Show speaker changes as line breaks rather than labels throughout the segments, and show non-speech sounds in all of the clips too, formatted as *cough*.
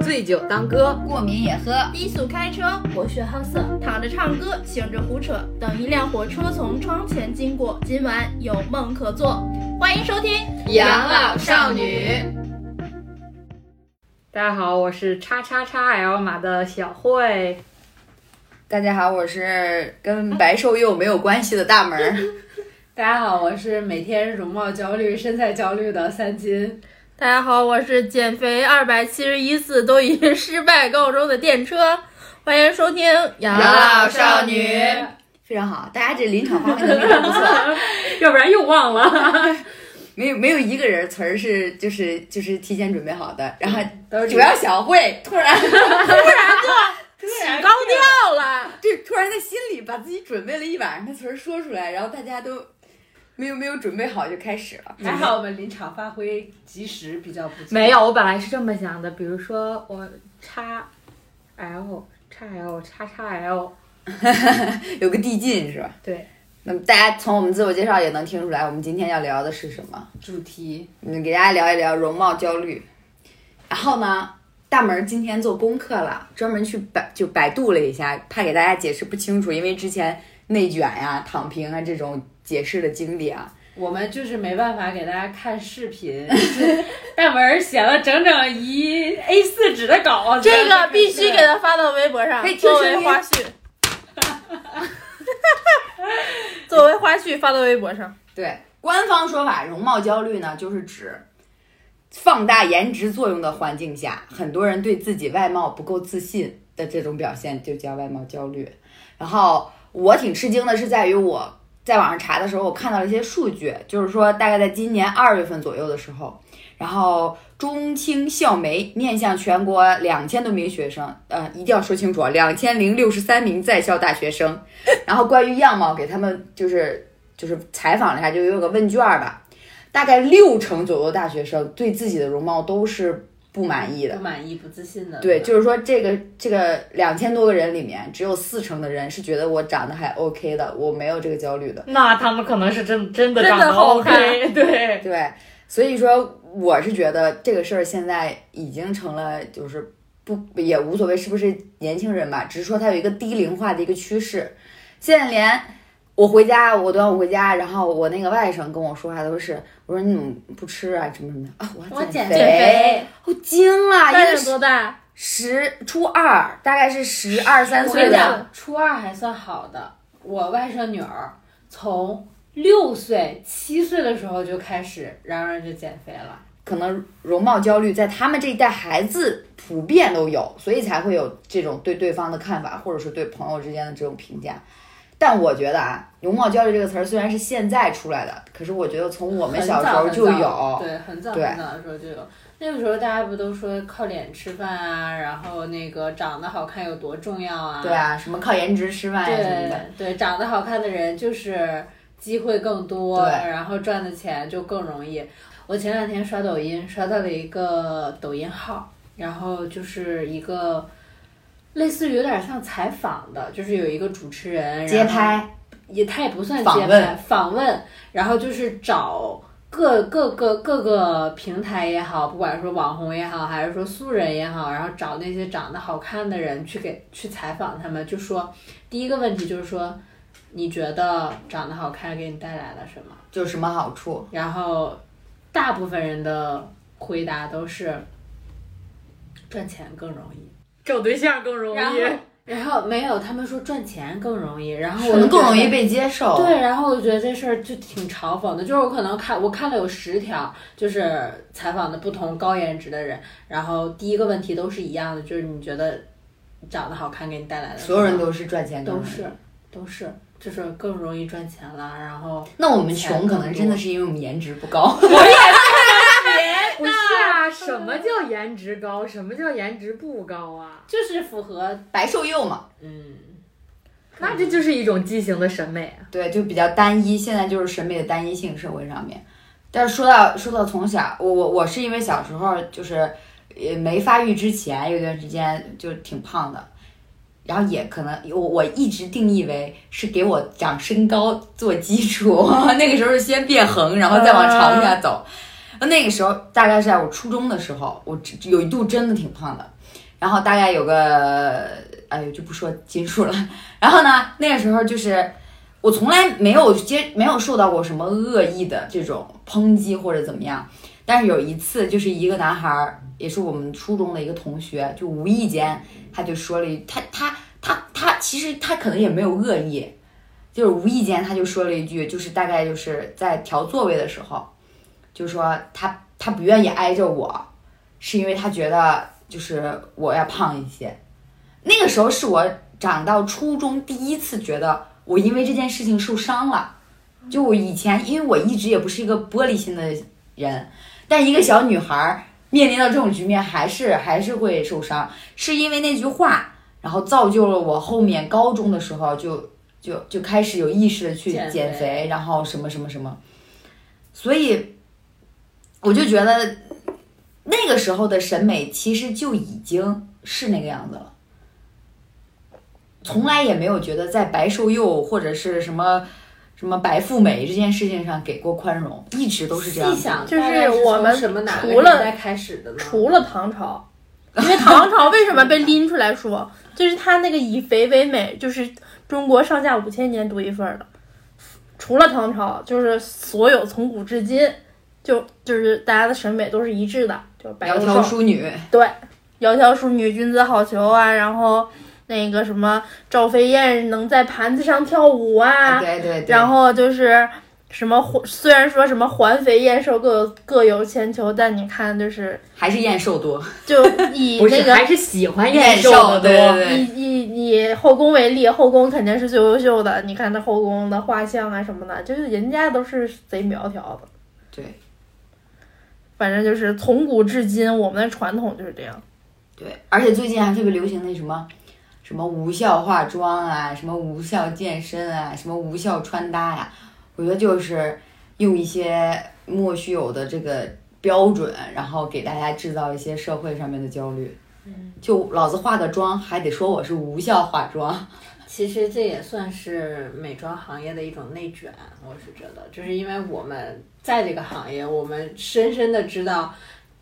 醉酒当歌，
过敏也喝。
低速开车，博学好色，躺着唱歌，醒着胡扯。等一辆火车从窗前经过，今晚有梦可做。欢迎收听《
养老少女。
大家好，我是叉叉叉 L 码的小慧。
大家好，我是跟白瘦幼没有关系的大门儿。 *laughs*
大家好，我是每天容貌焦虑、身材焦虑的三金。
大家好，我是减肥二百七十一次都以失败告终的电车。欢迎收听《养
老少女非常好，大家这临场发挥能力真不 *laughs* 错，
要不然又忘 *laughs* 了。
没有没有一个人词儿是就是就是提前准备好的。然后
都是
主要小慧突 *laughs* 然突然就突
起
然
高调了，
对，突然在心里把自己准备了一晚上的词儿说出来，然后大家都没有没有准备好就开始了。
还好我们临场发挥及时，比较不错。
没有，，我本来是这么想的，比如说我叉 L 叉 L 叉叉 L，
有个递进是吧？
对，
那么大家从我们自我介绍也能听出来，我们今天要聊的是什么？
主题
嗯，给大家聊一聊容貌焦虑。然后呢，大门儿今天做功课了，专门去百就百度了一下，怕给大家解释不清楚，因为之前内卷呀、躺平啊这种解释的经历啊，
我们就是没办法给大家看视频， *laughs* 就是大门儿写了整整一 A 四纸的稿子，
这个必须给他发到微博上
可以，听
作
声
为
音
花絮。 *laughs* 作为花絮发到微博上，
对，官方说法，容貌焦虑呢，就是指放大颜值作用的环境下，很多人对自己外貌不够自信的这种表现，就叫外貌焦虑。然后我挺吃惊的是，在于我在网上查的时候，我看到了一些数据，就是说大概在今年二月份左右的时候，然后中青校媒面向全国两千多名学生，呃，一定要说清楚啊，两千零六十三名在校大学生，然后关于样貌给他们就是就是采访了一下，就有个问卷儿吧，大概六成左右的大学生对自己的容貌都是不满意的
不。满意、不自信的。
对，就是说这个这个两千多个人里面，只有四成的人是觉得我长得还 OK 的，我没有这个焦虑的。
那他们可能是真真的
真
长
的
得
好
OK，
看
对，
对，所以说我是觉得这个事儿现在已经成了就是不也无所谓是不是年轻人吧，只是说它有一个低龄化的一个趋势。现在连我回家，我端午回家，然后我那个外甥跟我说话都是，我说你怎么不吃啊，什么什么的啊，我
我
要减
减肥，
我惊了，
大
因为
家多大？
十初二，大概是十二三
我
岁
跟你
的，
讲，初二还算好的，我外甥女儿从六岁、七岁的时候就开始嚷嚷着减肥了。
可能容貌焦虑在他们这一代孩子普遍都有，所以才会有这种对对方的看法，或者是对朋友之间的这种评价。但我觉得啊，容貌焦虑这个词儿虽然是现在出来的，可是我觉得从我们
很
小时
早
候
很
就
早
有。
对，很早
对
很早的时候就有。那个时候大家不都说靠脸吃饭啊，然后那个长得好看有多重要啊？哎
对啊，什么靠颜值吃饭呀、什么
对
的，
对，长得好看的人就是机会更多，
对
然后赚的钱就更容易。我前两天刷抖音，刷到了一个抖音号，然后就是一个类似于有点像采访的，就是有一个主持人
街，拍
也他也不算
访
街拍
问
访问，然后就是找各各个各个平台也好，不管说网红也好，还是说素人也好，然后找那些长得好看的人去给去采访他们，就说第一个问题就是说，你觉得长得好看给你带来了什么？
就什么好处？
然后大部分人的回答都是赚钱更容易。
*laughs* 找对象更容
然后
易。
然后没有，他们说赚钱更容易，然后我
可能
就
更
觉
容易
得
被接受。
对，然后我觉得这事儿就挺嘲讽的，就是我可能看我看了有十条，就是采访的不同高颜值的人，然后第一个问题都是一样的，就是你觉得长得好看给你带来的什么，
所有人都是赚钱的
都
人。
是都是就是更容易赚钱了，然后
那我们
钱更
穷可能真的
多
是因为我们颜值不
*laughs*
高。
不是啊，什么叫颜值高？什么叫颜值不高啊？
就是符合
白瘦幼嘛，
嗯，
那这就是一种畸形的审美啊。
对，就比较单一。现在就是审美的单一性，社会上面。但是说到说到从小，我我我是因为小时候就是也没发育之前有段时间就挺胖的，然后也可能我我一直定义为是给我 *laughs* 长身高做基础，那个时候是先变横，然后再往长下走。那个时候大概是在我初中的时候，我只有一度真的挺胖的，然后大概有个，哎呦就不说斤数了。 *laughs* 然后呢，那个时候就是我从来没有接没有受到过什么恶意的这种抨击或者怎么样，但是有一次就是一个男孩儿，也是我们初中的一个同学，就无意间他就说了一他他他他其实他可能也没有恶意，就是无意间他就说了一句，就是大概就是在调座位的时候。就说他他不愿意挨着我，是因为他觉得就是我要胖一些。那个时候是我长到初中第一次觉得我因为这件事情受伤了。就我以前，因为我一直也不是一个玻璃心的人，但一个小女孩儿面临到这种局面，还是还是会受伤，是因为那句话，然后造就了我后面高中的时候就就就开始有意识的去
减
减
肥
肥，然后什么什么什么，所以我就觉得那个时候的审美其实就已经是那个样子了，从来也没有觉得在白瘦幼或者是什么什么白富美这件事情上给过宽容，一直都是这样
细
子。
想
就是
大概是
我们
从什么哪个
除
年
了
代开始的呢？
除了唐朝，因为唐朝为什么被拎出来说， *laughs* 就是他那个以肥为美，就是中国上下五千年独一份儿的。除了唐朝，就是所有从古至今，就就是大家的审美都是一致的，就是白
窈
幼
窕
瘦。
淑女，
对，窈窕淑女，君子好逑啊，然后那个什么赵飞燕能在盘子上跳舞啊，
对对对，
然后就是什么环，虽然说什么环肥燕瘦各有各有千秋，但你看就是
还是燕瘦多，
就以
不是
那个
还是喜欢
燕
瘦的
对
多。
对对，
以以以后宫为例，后宫肯定是最优秀的。你看那后宫的画像啊什么的，就是人家都是贼苗条的。
对，
反正就是从古至今，我们的传统就是这样。
对，而且最近还特别流行那什么什么无效化妆啊，什么无效健身啊，什么无效穿搭呀、我觉得就是用一些莫须有的这个标准，然后给大家制造一些社会上面的焦虑。就老子化个妆，还得说我是无效化妆，
其实这也算是美妆行业的一种内卷，我是觉得，就是因为我们在这个行业，我们深深的知道，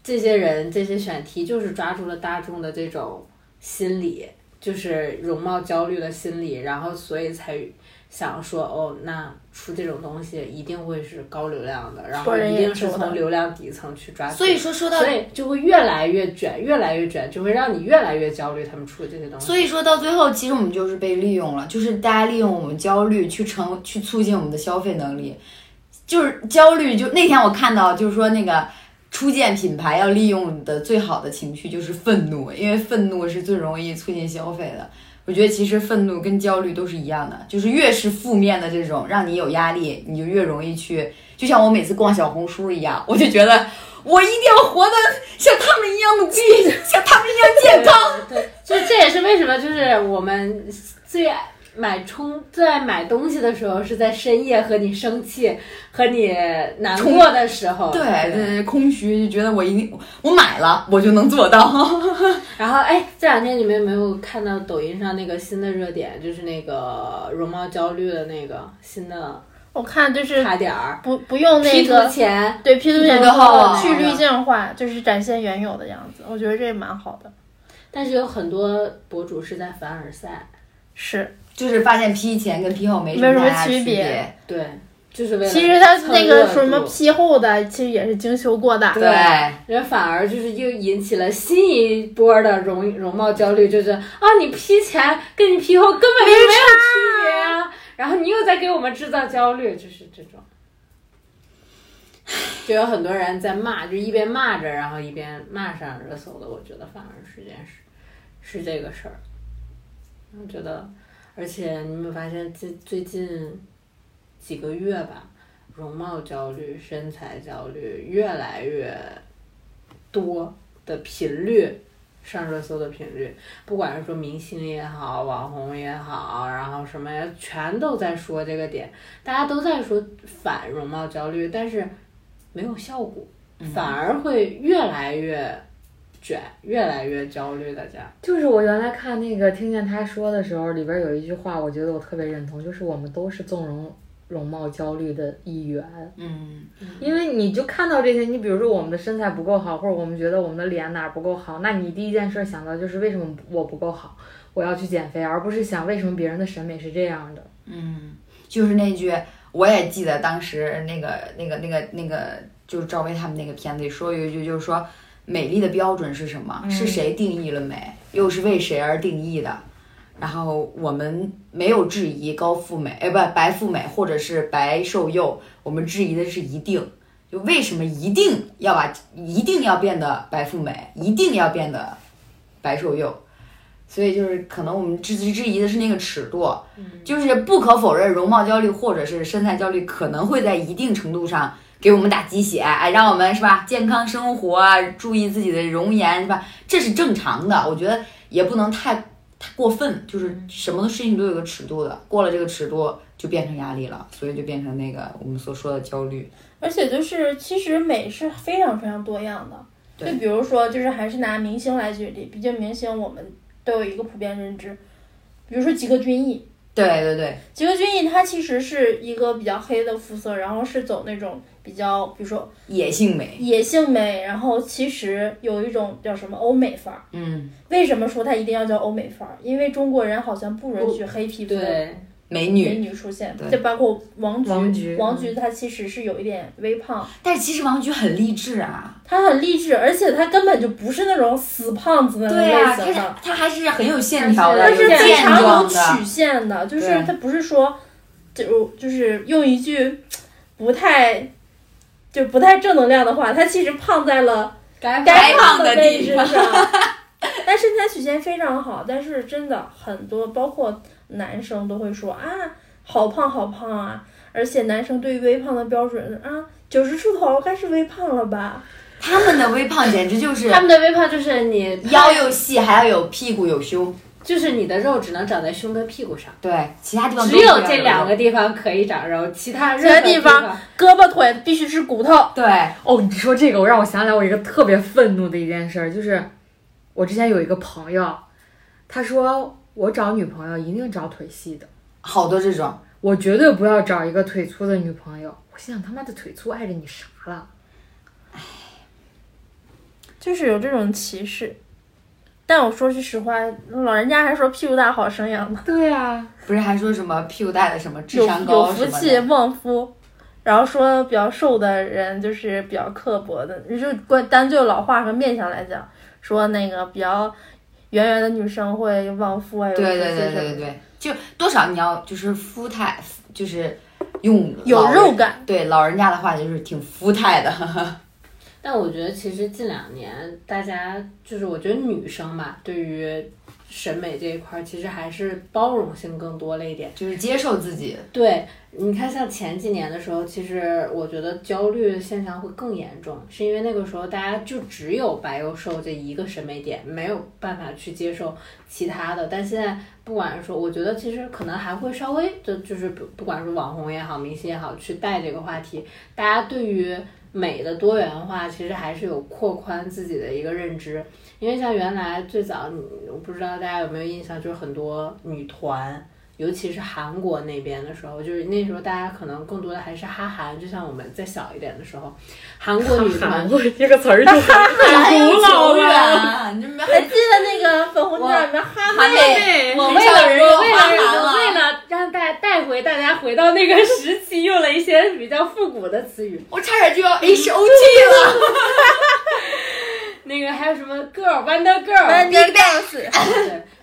这些人这些选题就是抓住了大众的这种心理，就是容貌焦虑的心理，然后所以才想说，哦，那出这种东西一定会是高流量的，然后
托人
一
眼
定是
球的
从流量底层去抓取，
所以说说到
所以就会越来越卷，越来越卷，就会让你越来越焦虑。他们出的这些东西，
所以说到最后，其实我们就是被利用了，就是大家利用我们焦虑去成去促进我们的消费能力，就是焦虑就那天我看到就是说那个。初见品牌要利用的最好的情绪就是愤怒，因为愤怒是最容易促进消费的。我觉得其实愤怒跟焦虑都是一样的，就是越是负面的这种，让你有压力，你就越容易去。就像我每次逛小红书一样，我就觉得我一定要活得像他们一样的俊，像他们一样健康。
对，就这也是为什么，就是我们最爱买冲最爱买东西的时候是在深夜和你生气和你难过的时候，
对对对，空虚就觉得我一定我买了，我就能做到。 *laughs*
然后哎，这两天你们有没有看到抖音上那个新的热点，就是那个容貌焦虑的那个新的
我看就是
卡点儿，
不不用那
P 图
个
前
对 P 图
那
眼
个号
去滤
那个
镜化，就是展现原有的样子。我觉得这也蛮好的。
但是有很多博主是在凡尔赛，
是，
就是发现 P 前跟 P 后没
没什么
太大
区
区
别
对，就是为了
其实他
蹭
那个
热
什么
度
P 后的，其实也是精修过的。
对，
啊
人反而就是又引起了新一波的容容貌焦虑，就是啊，你 P 前跟你 P 后根本就没有区别啊，然后你又在给我们制造焦虑，就是这种，就有很多人在骂，就一边骂着，然后一边骂上热搜的，我觉得反而是件事，是这个事儿，我觉得，而且你有没有发现最最近几个月吧，容貌焦虑、身材焦虑越来越多的频率，上热搜的频率，不管是说明星也好，网红也好，然后什么呀，全都在说这个点，大家都在说反容貌焦虑，但是没有效果，
嗯
反而会越来越卷，越来越焦虑，大家。
就是我原来看那个听见他说的时候，里边有一句话，我觉得我特别认同，就是我们都是纵容容貌焦虑的一员，
嗯，
因为你就看到这些，你比如说我们的身材不够好，或者我们觉得我们的脸哪儿不够好，那你第一件事想到就是为什么我不够好，我要去减肥，而不是想为什么别人的审美是这样的。
就是那句，我也记得当时那个那个那个那个，就是赵薇他们那个片子里说有一句，就是说美丽的标准是什么？是谁定义了美？又是为谁而定义的？然后我们没有质疑高富美，哎，不白富美或者是白瘦幼，我们质疑的是一定。就为什么一定要把一定要变得白富美，一定要变得白瘦幼？所以就是可能我们质质疑的是那个尺度，就是不可否认，容貌焦虑或者是身材焦虑可能会在一定程度上给我们打鸡血，哎，让我们是吧健康生活啊，注意自己的容颜是吧，这是正常的。我觉得也不能太太过分，就是什么事情都有个尺度的，过了这个尺度就变成压力了，所以就变成那个我们所说的焦虑。
而且就是，其实美是非常非常多样的。就比如说，就是还是拿明星来举例，毕竟明星我们都有一个普遍认知。比如说吉克隽逸，
对对对，
吉克隽逸他其实是一个比较黑的肤色，然后是走那种比较，比如说
野性美，
野性美，然后其实有一种叫什么欧美范儿。
嗯，
为什么说它一定要叫欧美范儿？因为中国人好像不允许黑皮肤的
对，
美
美
女。
女出现
对，
就包括王菊，
王菊
王菊她其实是有一点微胖，
但是其实王菊很励志啊，
她很励志，而且她根本就不是那种死胖子那种
对啊，她
类型
是
的，
她还是很有线条的，
她是
有
非
健
常有
壮的。
曲线的，就是
对
她不是说，就就是用一句不太就不太正能量的话，她其实胖在了。
该
该
胖
的
的
位
地
置上。
*laughs*
但身材曲线非常好，但是真的很多，包括男生都会说啊，好胖好胖啊！而且男生对于微胖的标准啊，九十出头该是微胖了吧？
他们的微胖简直就是
他们的微胖就是你
*laughs*
腰又细，还要有屁股有胸，
就是你的肉只能长在胸跟屁股上，
对，其他地方都
只有
不要
这两
肉
个地方可以长肉，其他
其他
任何
地方胳膊腿必须是骨头。
对，
哦，你说这个，我让我想起来我一个特别愤怒的一件事儿，就是我之前有一个朋友，他说我找女朋友一定找腿细的，
好多这种，
我绝对不要找一个腿粗的女朋友。我心想他妈的腿粗碍着你啥了？
就是有这种歧视。但我说句实话，老人家还说屁股大好生养呢，
对啊，
不是还说什么屁股大的什么智
有
商
有
高
福
什么
气
的，
旺夫。然后说比较瘦的人就是比较刻薄的，就关单就老话和面相来讲，说那个比较圆圆的女生会旺夫啊，有
对
这
对
些
对
什
对
么的
对，就多少你要就是肤态，就是用
有
老人
肉感。
对老人家的话就是挺肤态的， *laughs*
但我觉得其实近两年大家就是，我觉得女生嘛，对于审美这一块儿，其实还是包容性更多了一点。
就是接受自己，
对，你看像前几年的时候，其实我觉得焦虑现象会更严重，是因为那个时候大家就只有白幼瘦这一个审美点，没有办法去接受其他的。但现在不管是说，我觉得其实可能还会稍微就就是不不管是网红也好，明星也好，去带这个话题，大家对于美的多元化其实还是有扩宽自己的一个认知。因为像原来最早，你我不知道大家有没有印象，就是很多女团。尤其是韩国那边的时候，就是那时候大家可能更多的还是哈韩，就像我们再小一点的时候，韩国女团
*laughs* 韩国这个词儿就
还
很
有
古老
久远
了。
啊，你这没
哎还记得那个粉红调里面哈
韩妹，
我为
很少
了
人
我
用
为
哈韩
了
了
我为了让大家带回大家回到那个时期，用了一些比较复古的词语，
我差点就要 H O T 了，
那个还有什么 girl wonder girl，啊
Big
哎
Dance，
对，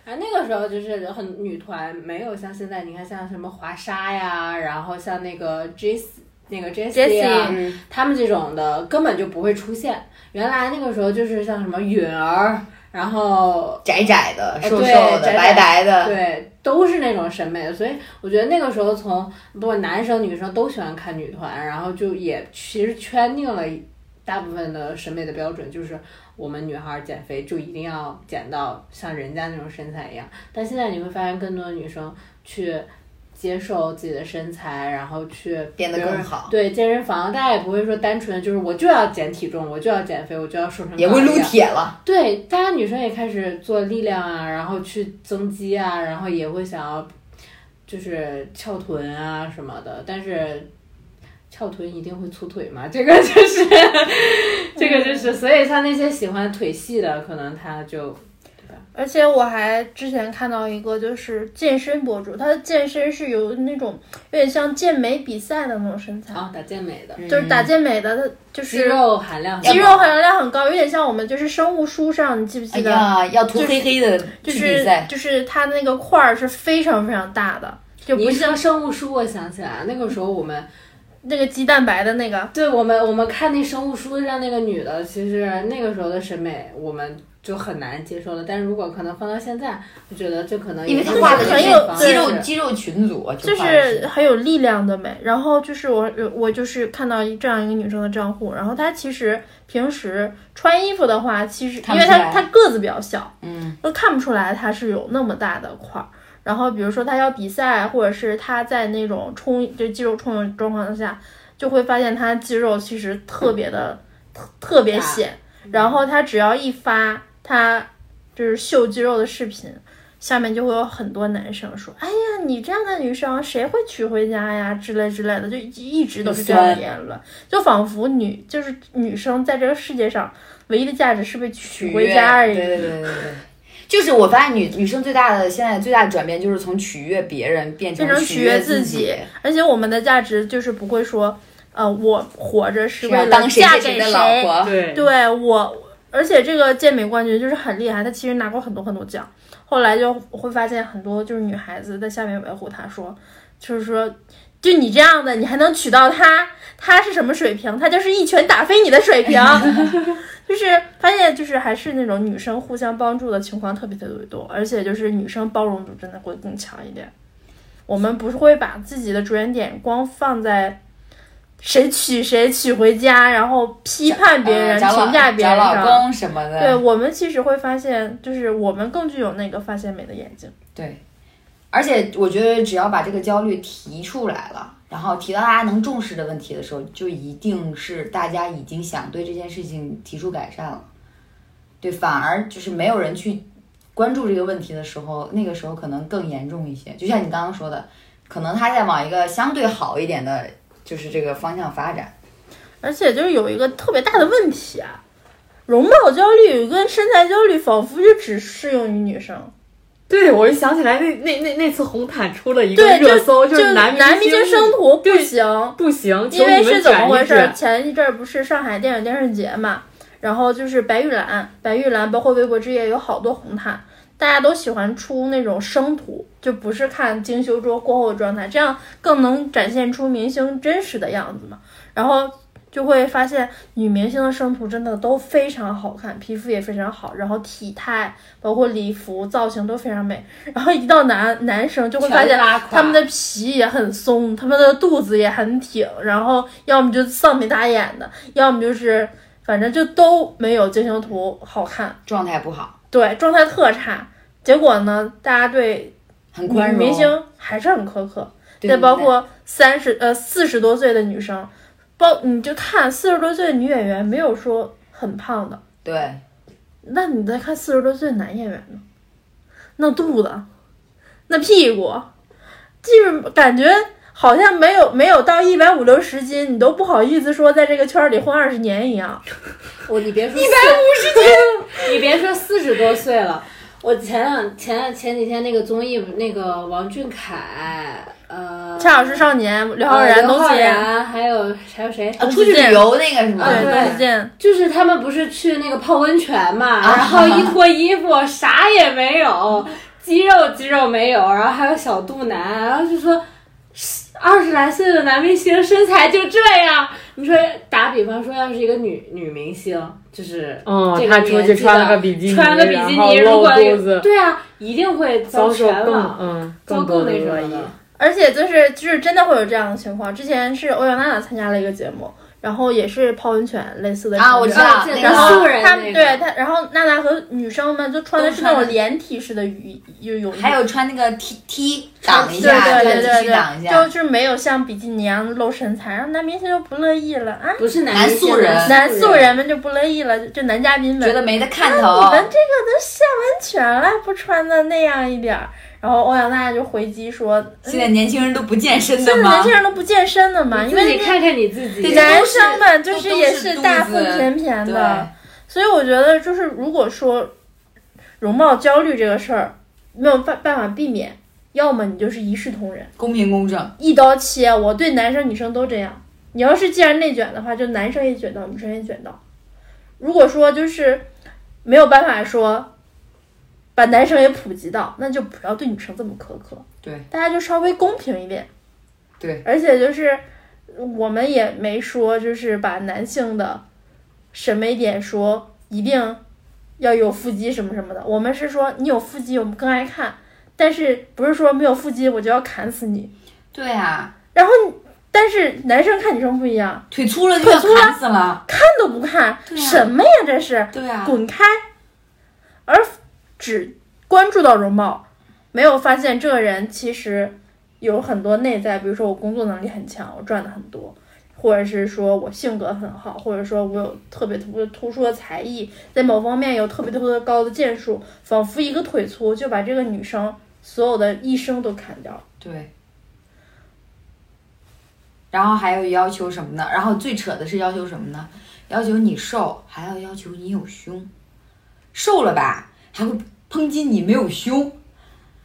啊，那个时候就是很女团，没有像现在，你看像什么华莎呀，然后像那个 j e s 那个 Jessie 啊
Jessie，
嗯
他们这种的根本就不会出现。原来那个时候就是像什么允儿，然后
窄窄的、
哎
瘦
对
瘦的、
窄窄
白白的，
对，都是那种审美，所以我觉得那个时候从不管男生女生都喜欢看女团，然后就也其实圈定了大部分的审美的标准，就是我们女孩儿减肥就一定要减到像人家那种身材一样。但现在你会发现，更多的女生去接受自己的身材，然后去
变得
比如
更好
对健身房，大家也不会说单纯就是我就要减体重，我就要减肥，我就要瘦成
也会
高一
撸
样
铁了，
对，大家女生也开始做力量啊，然后去增肌啊，然后也会想要就是翘臀啊什么的，但是翘臀一定会粗腿嘛， *laughs* 这个就是这个就是，所以像那些喜欢腿细的，可能他就
而且我还之前看到一个，就是健身博主，他的健身是有那种有点像健美比赛的那种身
哦
材，
啊打健美的，
就是
嗯
打健美的，他就
肌
是
肉含量
嗯肌肉含量很高，有点像我们就是生物书上，你记不
哎
记得？
呀，要涂黑黑的去
就是
比赛，
就是他那个块儿是非常非常大的，就
你
不
一
像
说生物书，我想起来那个时候我们
那个鸡蛋白的那个。
对我们我们看那生物书上那个女的，其实那个时候的审美我们就很难接受了。但是如果可能放到现在，我觉得这可能
因为
也
他
是
画嗯的就
很
是肌
有
肉
对
肌肉群组啊，
就
画的是
是很有力量的美。然后就是我我就是看到一这样一个女生的账户，然后她其实平时穿衣服的话，其实
看
因
不
为
出
她
来
她个子比较小，
嗯，
都看不出来她是有那么大的块儿。然后比如说她要比赛，或者是她在那种冲就肌肉充盈状况下，就会发现她肌肉其实特别的特特别
大
显。然后她只要一发她就是秀肌肉的视频，下面就会有很多男生说：“哎呀，你这样的女生谁会娶回家呀？”之类之类的，就一一直都是这样的
酸
言论，就仿佛女就是女生在这个世界上唯一的价值是被娶回家而
对
已。
对对对对。就是我发现女女生最大的现在最大的转变，就是从取悦别人变成
变成取
取
悦
自
自己而且我们的价值就是不会说，呃，我活着
是
是为
要
了
当谁
嫁
谁谁
给
的老婆。
对
对我，而且这个健美冠军就是很厉害，他其实拿过很多很多奖。后来就会发现很多就是女孩子在下面维护他，说，就是说，就你这样的，你还能娶到他，他是什么水平？他就是一拳打飞你的水平。 *laughs* 就是发现，就是还是那种女生互相帮助的情况特别特别多，而且就是女生包容度真的会更强一点。我们不是会把自己的着眼点光放在谁娶谁娶回家，然后批判别人、
呃找老
评价别
找
人
老
上。
公什么的。
对我们其实会发现，就是我们更具有那个发现美的眼睛。
对，而且我觉得只要把这个焦虑提出来了，然后提到大家能重视的问题的时候，就一定是大家已经想对这件事情提出改善了。对，反而就是没有人去关注这个问题的时候，那个时候可能更严重一些。就像你刚刚说的，可能他在往一个相对好一点的，就是这个方向发展。
而且就是有一个特别大的问题啊，容貌焦虑跟身材焦虑仿佛就只适用于女生。
对，我就想起来那那那那次红毯出了一个
对，
热搜，
就是
男
男
明
明星生图不
对
行，
不行，
因为
求你
是
们
怎么
卷
回
一
事儿？
卷。
前一阵儿不是上海电影电视节嘛，然后就是白玉兰，白玉兰包括微博之夜有好多红毯，大家都喜欢出那种生图，就不是看精修桌过后的状态，这样更能展现出明星真实的样子嘛。然后就会发现女明星的生图真的都非常好看，皮肤也非常好，然后体态包括礼服造型都非常美。然后一到男男生就会发
全
现
拉垮
他们的皮也很松，他们的肚子也很挺，然后要么就丧眉打眼的，要么就是反正就都没有精修图好看，
状态不好，
对，状态特差。结果呢，大家对
很
女
宽容。
明星还是很苛刻，
对
再包
对
括三十呃四十多岁的女生，包你就看四十多岁的女演员，没有说很胖的，
对，
啊那你再看四十多岁的男演员呢？那肚子，那屁股，就是感觉好像没有没有到一百五六十斤，你都不好意思说在这个圈儿里混二十年一样。
我你别说一百五十斤，你别说四十多岁了。我前两前两前几天那个综艺，那个王俊凯，呃，
恰好是少年刘昊
呃
然、呃
刘
董
昊
子健，
然，还有还有谁？
啊，出去旅游那个什么，
啊对
对董子健，
就是他们不是去那个泡温泉嘛，
啊
然后一脱衣服啥也没
*laughs*
有，肌肉肌肉没有，然后还有小肚腩，然后就说二十来岁的男明星身材就这样。你说打比方说，要是一个女女明星，就是
嗯
这，个
他出
年
去
纪
穿
的
了个比基尼，
穿个比基
然后
尼，如
露
果
肚子，
对啊，一定会遭
遭受
全
更
网，
嗯
遭
更多的
那
恶
种
意
的。。
而且就是就是真的会有这样的情况。之前是欧阳娜娜参加了一个节目，然后也是泡温泉类似的
啊
场
我
景
知道
这
那
然
个
后
素人
他
那
们
个
对他，然后娜娜和女生们就穿的是那
都
种
穿
连体式的雨衣，有泳衣，
还有穿那个 T T 挡一
对
下，
对对
穿 T
对
T 挡一
对，
下
就，就是没有像比基尼一样露身材，然后男明星就不乐意了啊，
不是
男
明星
素人
男素人们就不乐意了，就男嘉宾们
觉得没得看哦
你
头。
们这个都下完全了，不穿的那样一点儿，然后欧阳娜娜就回击说，嗯
现在年轻人都不健身
现
的
在
吗
年？轻人都不健身的嘛，因
自己
为
看看你自己
对。
男生们就
都
是
都
也
是
是
肚
大腹
子
便便
对，
的，所以我觉得，就是如果说容貌焦虑这个事儿没有办办法避免，要么你就是一视同仁，
公平公正，
一刀切。我对男生女生都这样。你要是既然内卷的话，就男生也卷到，女生也卷到。如果说就是没有办法说把男生也普及到，那就不要对女生这么苛刻。
对，
大家就稍微公平一点。
对，
而且就是我们也没说，就是把男性的审美点说一定要有腹肌什么什么的，我们是说你有腹肌，我们更爱看，但是不是说没有腹肌我就要砍死你。
对啊，
然后，但是男生看女生不一样，
腿粗了就要
腿粗了
砍死了，
看都不看，
对啊
什么呀这是？
对啊，
滚开！而只关注到容貌，没有发现这个人其实有很多内在，比如说我工作能力很强，我赚的很多，或者是说我性格很好，或者说我有特别突突出的才艺，在某方面有特别特别高的建树，仿佛一个腿粗就把这个女生所有的一生都砍掉了。
对。然后还有要求什么呢？然后最扯的是要求什么呢？要求你瘦，还要要求你有胸。瘦了吧，还会抨击你没有胸。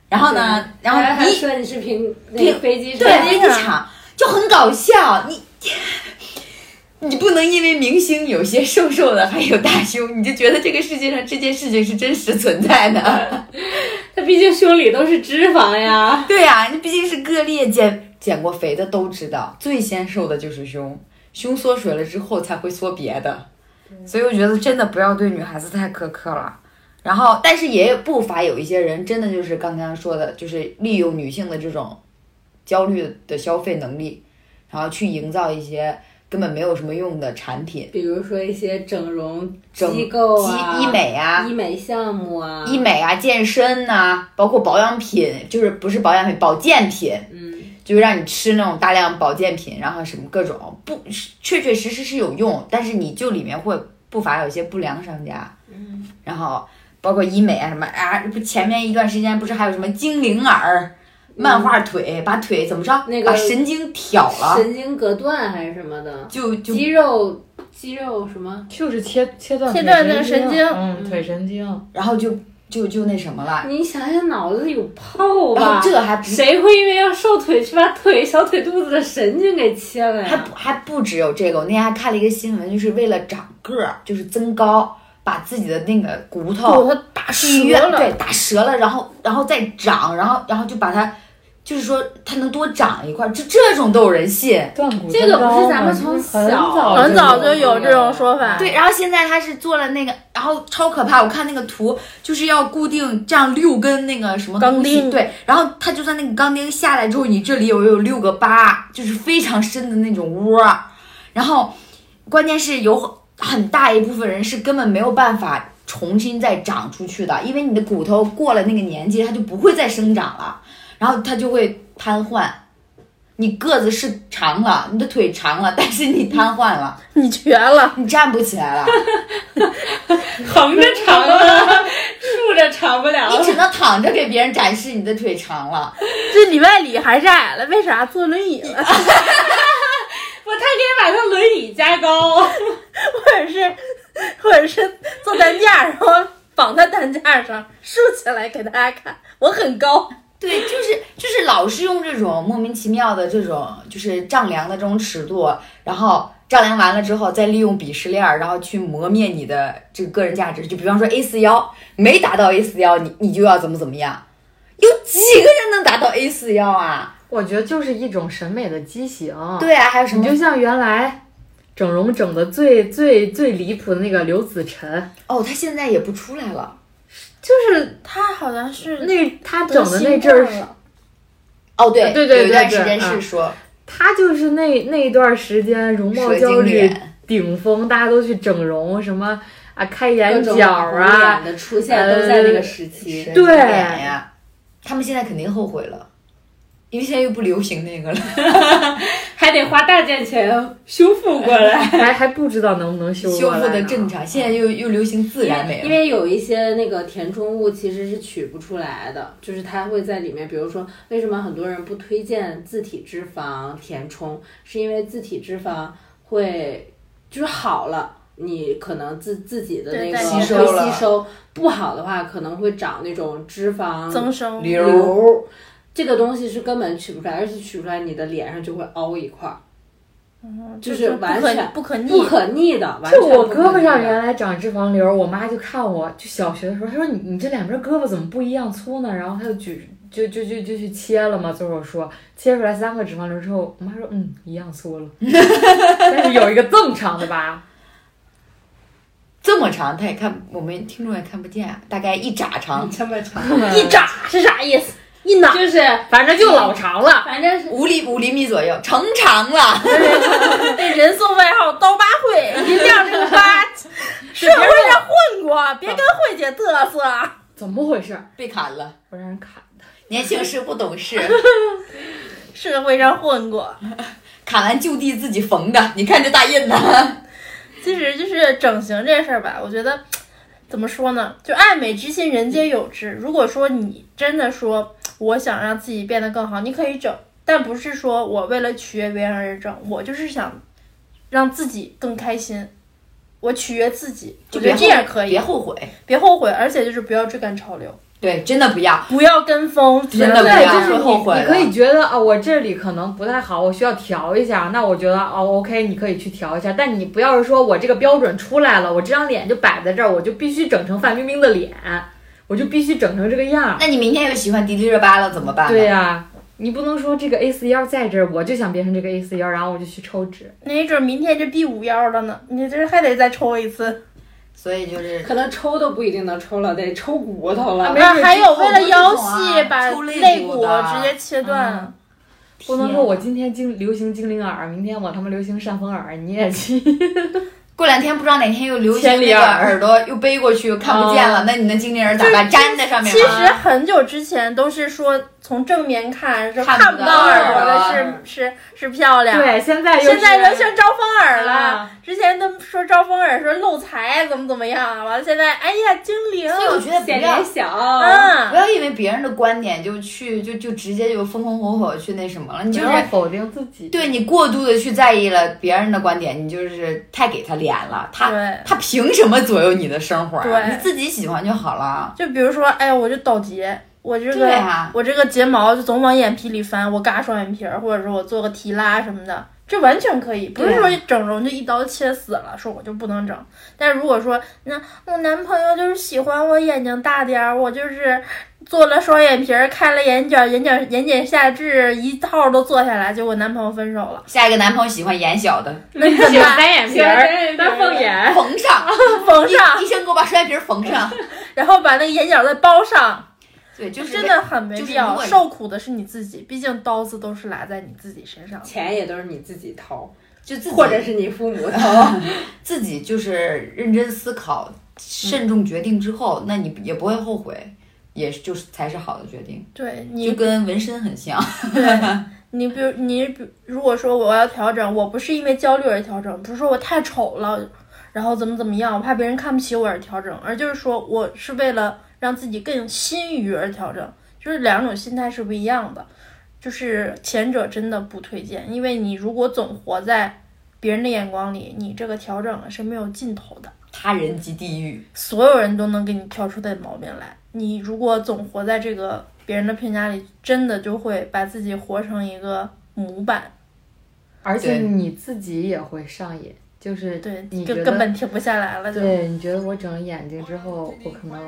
然后呢，然
哎
后
还
你
说你是平那
平
个飞机
对
上
飞机场就很搞笑，你你不能因为明星有些瘦瘦的还有大胸，你就觉得这个世界上这件事情是真实存在的。
他毕竟胸里都是脂肪呀。
对呀、你毕竟是个例，减减过肥的都知道，最先瘦的就是胸，胸缩水了之后才会缩别的。所以我觉得真的不要对女孩子太苛刻了。然后，但是也不乏有一些人真的就是刚刚说的，就是利用女性的这种焦虑的消费能力，然后去营造一些根本没有什么用的产品，
比如说一些整容
整
机构啊、
医医、美啊、
医美项目啊，
医美啊、健身呐、包括保养品，就是不是保养品，保健品，
嗯，
就是让你吃那种大量保健品，然后什么各种不，是确确实实是有用，但是你就里面会不乏有一些不良商家，嗯，然后包括医美啊什么啊，不前面一段时间不是还有什么精灵耳、漫画腿，把腿怎么着，
那个
把神经挑了，
神经隔断还是什么的，
就啊就
肌肉肌肉什么？
就是切切断
切
腿
断那个神经
嗯，腿神经。
然后就就就那什么了，
你想想脑子有泡
然后
吧？
啊这还不
谁会因为要瘦腿去把腿小腿肚子的神经给切了
还
呀？
不还不只有这个，我那天还看了一个新闻，就是为了长个儿，就是增高，把自己的那个骨
骨
头
头打
去医
折
院
了
对，打折了，然后然后再长，然后然后就把它，就是说它能多长一块儿，这这种都有人信。
断骨
这个不是咱们从
很
小
早
很早就
有
有这种说法。
对，然后现在他是做了那个，然后超可怕，我看那个图就是要固定这样六根那个什么
钢
东西
钉
对，然后他就算那个钢钉下来之后，你这里有有六个疤，就是非常深的那种窝儿，然后关键是有很大一部分人是根本没有办法重新再长出去的，因为你的骨头过了那个年纪，它就不会再生长了，然后它就会瘫痪。你个子是长了，你的腿长了，但是你瘫痪了，
你瘸了，
你站不起来了。
横着长了，竖着长不
*laughs*
了
你只能躺着给别人展示你的腿长了。
这里外里还是矮了，为啥坐轮椅了？
不，他可以把他轮椅加高。
或者是或者是做担架，然后绑在担架上竖起来给大家看，我很高。
*laughs* 对，就是就是老是用这种莫名其妙的这种就是丈量的这种尺度，然后丈量完了之后再利用鄙视链儿，然后去磨灭你的这个个人价值。就比方说 A 四幺没达到 A 四幺，你你就要怎么怎么样。有几个人能达到 A 四幺啊？
我觉得就是一种审美的畸形。
对啊，还有什
你
么
就？像原来整容整的最最最离谱的那个刘子晨，
哦，他现在也不出来了。
就是
他好像
嗯
是
那他整的那阵儿是，
哦，对
对对
有一段
对
时
对
间是
嗯
说
他就是那那一段时间容貌
蛇
焦
精
虑
脸，
顶峰，大家都去整容，什么啊开
*laughs* 各
眼
种
角
网红
啊，
脸的
呃
出现都在那个时期。
蛇精
对
脸呀，他们现在肯定后悔了。因为现在又不流行那个了。
还得花大价钱修复过
*laughs*
来。
还还不知道能不能修
修
过
复
来
的
呢
正常，现在又又流行自
因为
然美
因
了。
为有一些那个填充物其实是取不出来的，就是它会在里面，比如说为什么很多人不推荐自体脂肪填充，是因为自体脂肪会就是好了。你可能自自己的那
对
个
再
会
吸收了
吸收不好的话，可能会长那种脂肪
增生
瘤
瘤，这个东西是根本取不出来，而且取不出来，你的脸上就会凹一块儿，就是
不
完
可
全
不可逆
不可逆的。完全
就我
不可
胳膊上
逆的
原来长脂肪瘤，我妈就看我，就小学的时候，她说你你这两边胳膊怎么不一样粗呢？然后她就举就就就就去切了嘛，做手术，切出来三个脂肪瘤之后，我妈说嗯一样
*laughs*
粗了，但是有一个正常的吧，
这么长，他也看我们听众也看不见啊，大概一拃长，
这么长，
一眨是啥意思？一脑
就是
反正就老长了。
反正是
五厘五厘米左右，成长了。
被人送外号“刀疤慧”，一亮这个
*laughs*
疤，社会上混过，别跟慧姐嘚瑟。
怎么回事？
被砍了，
我让人砍的，
年轻时不懂事，
社会上混过，
砍完就地自己缝的。你看这大印子，
其实就是整形这事儿吧，我觉得怎么说呢，就爱美之心，人皆有之。如果说你真的说我想让自己变得更好，你可以整，但不是说我为了取悦别人而整，我就是想让自己更开心，我取悦自己，我觉
别
得这样
后
可以，
别后悔。
别后悔，而且就是不要追赶潮流，
对，真的不要。
不要跟风，
啊真的
对，
不
觉得
要
就是你
后悔
你
了
可以觉得啊、我这里可能不太好，我需要调一下。那我觉得哦，OK，你可以去调一下，但你不要是说我这个标准出来了，我这张脸就摆在这儿，我就必须整成范冰冰的脸，我就必须整成这个样儿。
那你明天又喜欢迪丽热巴了怎么办？
对，呀、你不能说这个 A 四腰在这儿，我就想变成这个 A 四腰，然后我就去抽脂。
没准明天这 B 五幺了呢，你这还得再抽一次。
所以就是
可能抽都不一定能抽了，得抽骨头了。
啊没
啊，还有
这种
为了腰
啊
细把
抽肋
肋
骨
骨
的嗯
直接切断，
不能说我今天精流行精灵耳，明天我他妈流行扇风耳，你也去。
过两天不知道哪天又流行
千里
那个
耳
耳朵又背过去又看不见了，那你的经纪人咋办？粘在上面
其实
吗？
很久之前都是说从正面看是
看
看
不
不
到
到耳朵
耳
的
朵
是是是漂亮。
对，现在又
现在流
是
行招风耳了，
啊
之前他们说招风耳，说漏财怎么怎么样，完了现在哎呀精灵，
所以我觉得不
显
要
脸小，
不
啊
嗯，
要因为别人的观点就去就就直接就风风火火去那什么了，你就是
不要否定自己。
对你过度的去在意了别人的观点，你就是太给他脸了，他
对。
他凭什么左右你的生活啊？
对
你自己喜欢就好了。
就比如说，哎，我就倒睫，我这
对
个、
啊
我这个睫毛就总往眼皮里翻，我嘎双眼皮儿，或者说我做个提拉什么的，这完全可以，不是
对啊
说整容就一刀切死了，说我就不能整。但如果说那我男朋友就是喜欢我眼睛大点儿，我就是做了双眼皮儿，开了眼角，眼角眼睑下至一套都做下来，结果男朋友分手了，
下一个男朋友喜欢眼小的，
那你怎么 *laughs* 办？
单眼皮儿， *laughs* 单凤眼。
缝上，*laughs*
缝上，
医生给我把双眼皮儿缝上。
然后把那个眼角再包上。
对，就是
真的很没
就是
必
如
要，
果你
受苦的是你自己，毕竟刀子都是拉在你自己身上的。
钱也都是你自己掏，
就自己
或者是你父母 *laughs* 掏。
自己就是认真思考、慎重决定之后，那你也不会后悔，也是就是才是好的决定。
对
就
你，
跟纹身很像， *laughs*
你比如你比，如果说我要调整，我不是因为焦虑而调整，不是说我太丑了，然后怎么怎么样，我怕别人看不起我而调整，而就是说我是为了让自己更心愉而调整，就是两种心态是不一样的。就是前者真的不推荐，因为你如果总活在别人的眼光里，你这个调整啊是没有尽头的。
他人即地狱。
所有人都能给你挑出点毛病来。你如果总活在这个别人的评价里，真的就会把自己活成一个模板，
而且
对
你自己也会上瘾，就是
对，
你
就
觉
根
得。
本停不下来了。就
对，你觉得我整了眼睛之后，我可能，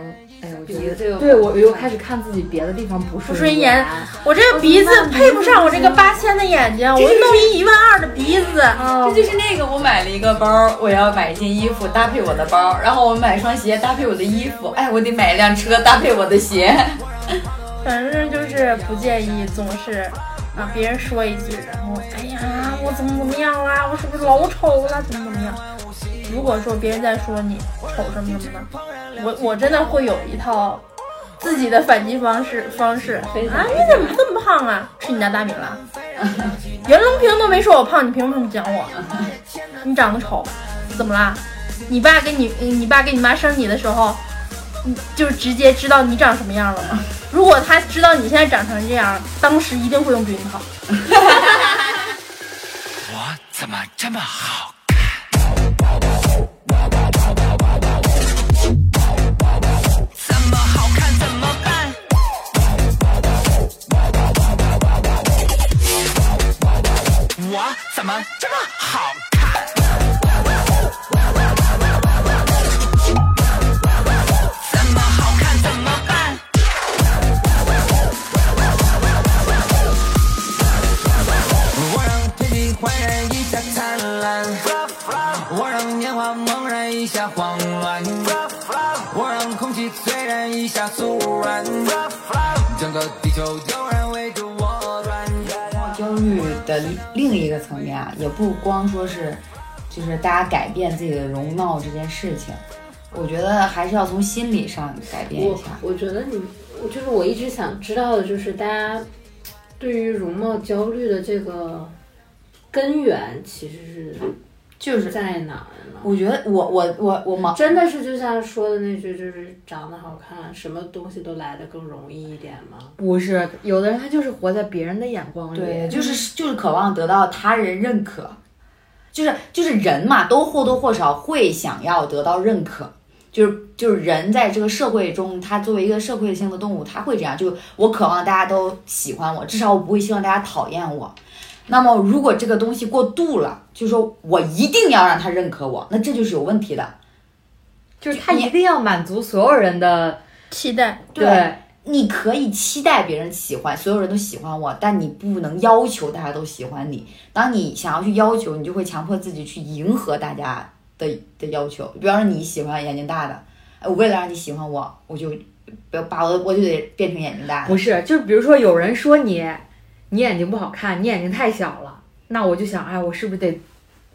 哎，我
鼻
觉
子
得，
又
对我又开始看自己别的地方不顺
不顺眼我这个鼻子配不上我这个八千的眼睛，我
这就是
弄一一万二的鼻子。
啊，
这就是那个我买了一个包，我要买一件衣服搭配我的包，然后我买双鞋搭配我的衣服，哎，我得买一辆车搭配我的 *laughs* 鞋。
反正就是不建议，总是啊别人说一句，然后哎呀我怎么怎么样啦，我是不是老丑了，怎么怎么样？如果说别人在说你丑什么什么的，我我真的会有一套自己的反击方式方式啊！你怎么这么胖啊？吃你家大米了？袁隆平都没说我胖，你凭什么讲我？你长得丑，怎么啦？你爸跟你你爸跟你妈生你的时候，你就直接知道你长什么样了吗？如果他知道你现在长成这样，当时一定会用避孕套。
我怎么这么好？怎么好看怎么办？我怎么这么好看？怎么好看怎么办？
我让天地焕然一下灿烂，我让年华猛然一下慌乱，我让空气璀然一下肃然，整个地球悠然围着我转。
焦虑的另一个层面啊，也不光说是就是大家改变自己的容貌这件事情，我觉得还是要从心理上改变一
我
下。
我觉得你，我就是我一直想知道的就是大家对于容貌焦虑的这个根源其实
就是
在哪儿呢？
我觉得我我我我忙，
真的是就像说的那句，就是长得好看，什么东西都来的更容易一点吗？
不是，有的人他就是活在别人的眼光里。
对，就是就是渴望得到他人认可，就是就是人嘛，都或多或少会想要得到认可。就是就是人在这个社会中，他作为一个社会性的动物，他会这样。就我渴望大家都喜欢我，至少我不会希望大家讨厌我。那么如果这个东西过度了，就说我一定要让他认可我，那这就是有问题的。
就是他一定要满足所有人的
期待
对，
你可以期待别人喜欢，所有人都喜欢我，但你不能要求大家都喜欢你。当你想要去要求，你就会强迫自己去迎合大家的的要求。比方说你喜欢眼睛大的，哎，我为了让你喜欢我，我就不要把我我就得变成眼睛大的。
不是，就是比如说有人说你，你眼睛不好看，你眼睛太小了，那我就想，哎，我是不是得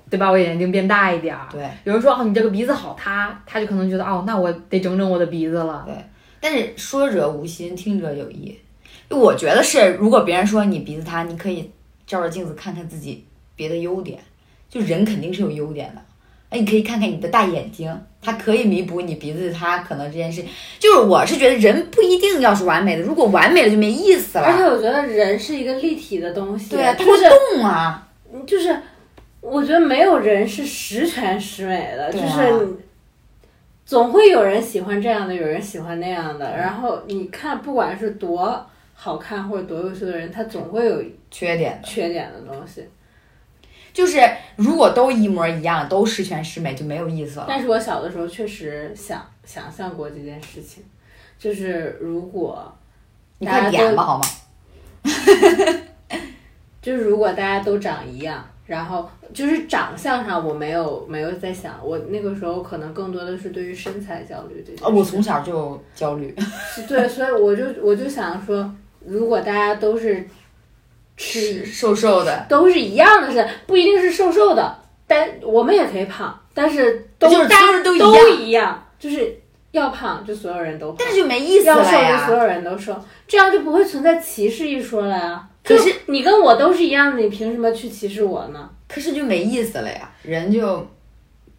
得把我眼睛变大一点儿？
对，
有人说哦，你这个鼻子好塌，他就可能觉得哦，那我得整整我的鼻子了。
但是说者无心，听者有意。我觉得是，如果别人说你鼻子塌，你可以照着镜子看看自己别的优点。就人肯定是有优点的，哎，你可以看看你的大眼睛，它可以弥补你鼻子塌可能这件事。就是我是觉得人不一定要是完美的，如果完美了就没意思
而且
了。
我觉得人是一个立体的东西，
对啊，它
就
会
是
动啊。
就是，我觉得没有人是十全十美的，就
对啊
是你总会有人喜欢这样的，有人喜欢那样
嗯
的。然后你看，不管是多好看或者多优秀的人，他总会有
缺点的
缺点的东
嗯
西。
就是，如果都一模一样，都十全十美就没有意思了。
但是我小的时候确实想想象过这件事情，就是如果
你快点吧，好吗？
就是如果大家都长一样，然后就是长相上我没有没有在想，我那个时候可能更多的是对于身材焦虑这件事。
哦，我从小就焦虑。
对，所以我就我就想说，如果大家都是吃
瘦瘦的，
都是一样的是，不一定是瘦瘦的，但我们也可以胖，但是都
就是
大
所有
家
人都
都
一样
一样，就是要胖就所有人都胖
但，是就没意思
要
了
瘦就
呀。
所有人都瘦，这样就不会存在歧视一说了呀。
可
就是你跟我都是一样的，你凭什么去歧视我呢？
可是就没意思了呀，人就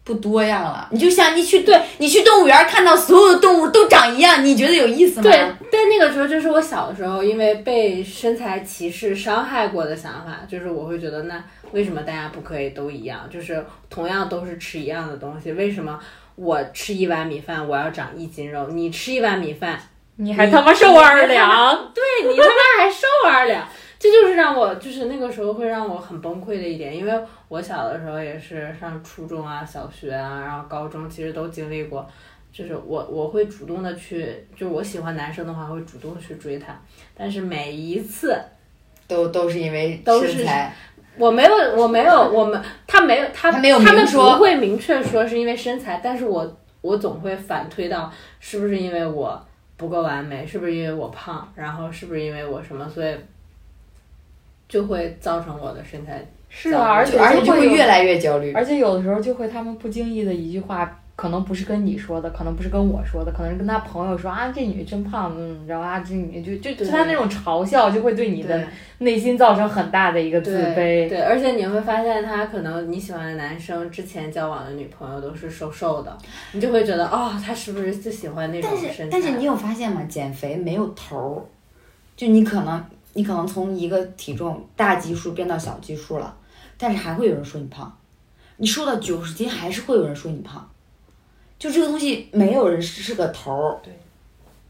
不多样了。你就像你去对你去动物园看到所有的动物都长一样，你觉得有意思吗？
对，但那个时候就是我小的时候，因为被身材歧视伤害过的想法，就是我会觉得，那为什么大家不可以都一样？就是同样都是吃一样的东西，为什么我吃一碗米饭我要长一斤肉，你吃一碗米饭，
你还他妈瘦二两，
对你他妈还瘦二两？这就是让我就是那个时候会让我很崩溃的一点，因为我小的时候也是上初中啊、小学啊，然后高中其实都经历过。就是我我会主动的去，就是我喜欢男生的话会主动去追他，但是每一次
都都是因为
都是
身材。
我没有我没有我们他没有他
他没有
他们
明说
不会明确说是因为身材，但是我我总会反推到是不是因为我不够完美，是不是因为我胖，然后是不是因为我什么，所以就会造成我的身材
是啊，而且
就而且
就
就
会
会
有
越来越焦虑，
而且有的时候就会他们不经意的一句话可能不是跟你说的，可能不是跟我说的，可能是跟他朋友说啊，这女的真胖，嗯，你知道啊，这女的就就
对
就他那种嘲笑，就会对你
对
的内心造成很大的一个自
对
卑。
对，而且你会发现他可能你喜欢的男生之前交往的女朋友都是瘦瘦的，你就会觉得哦，他是不是就喜欢那种
但
身材
是？但是你有发现吗？减肥没有头儿，就你可能你可能从一个体重大基数变到小基数了，但是还会有人说你胖，你瘦到九十斤还是会有人说你胖，就这个东西没有人是是个头儿。
对，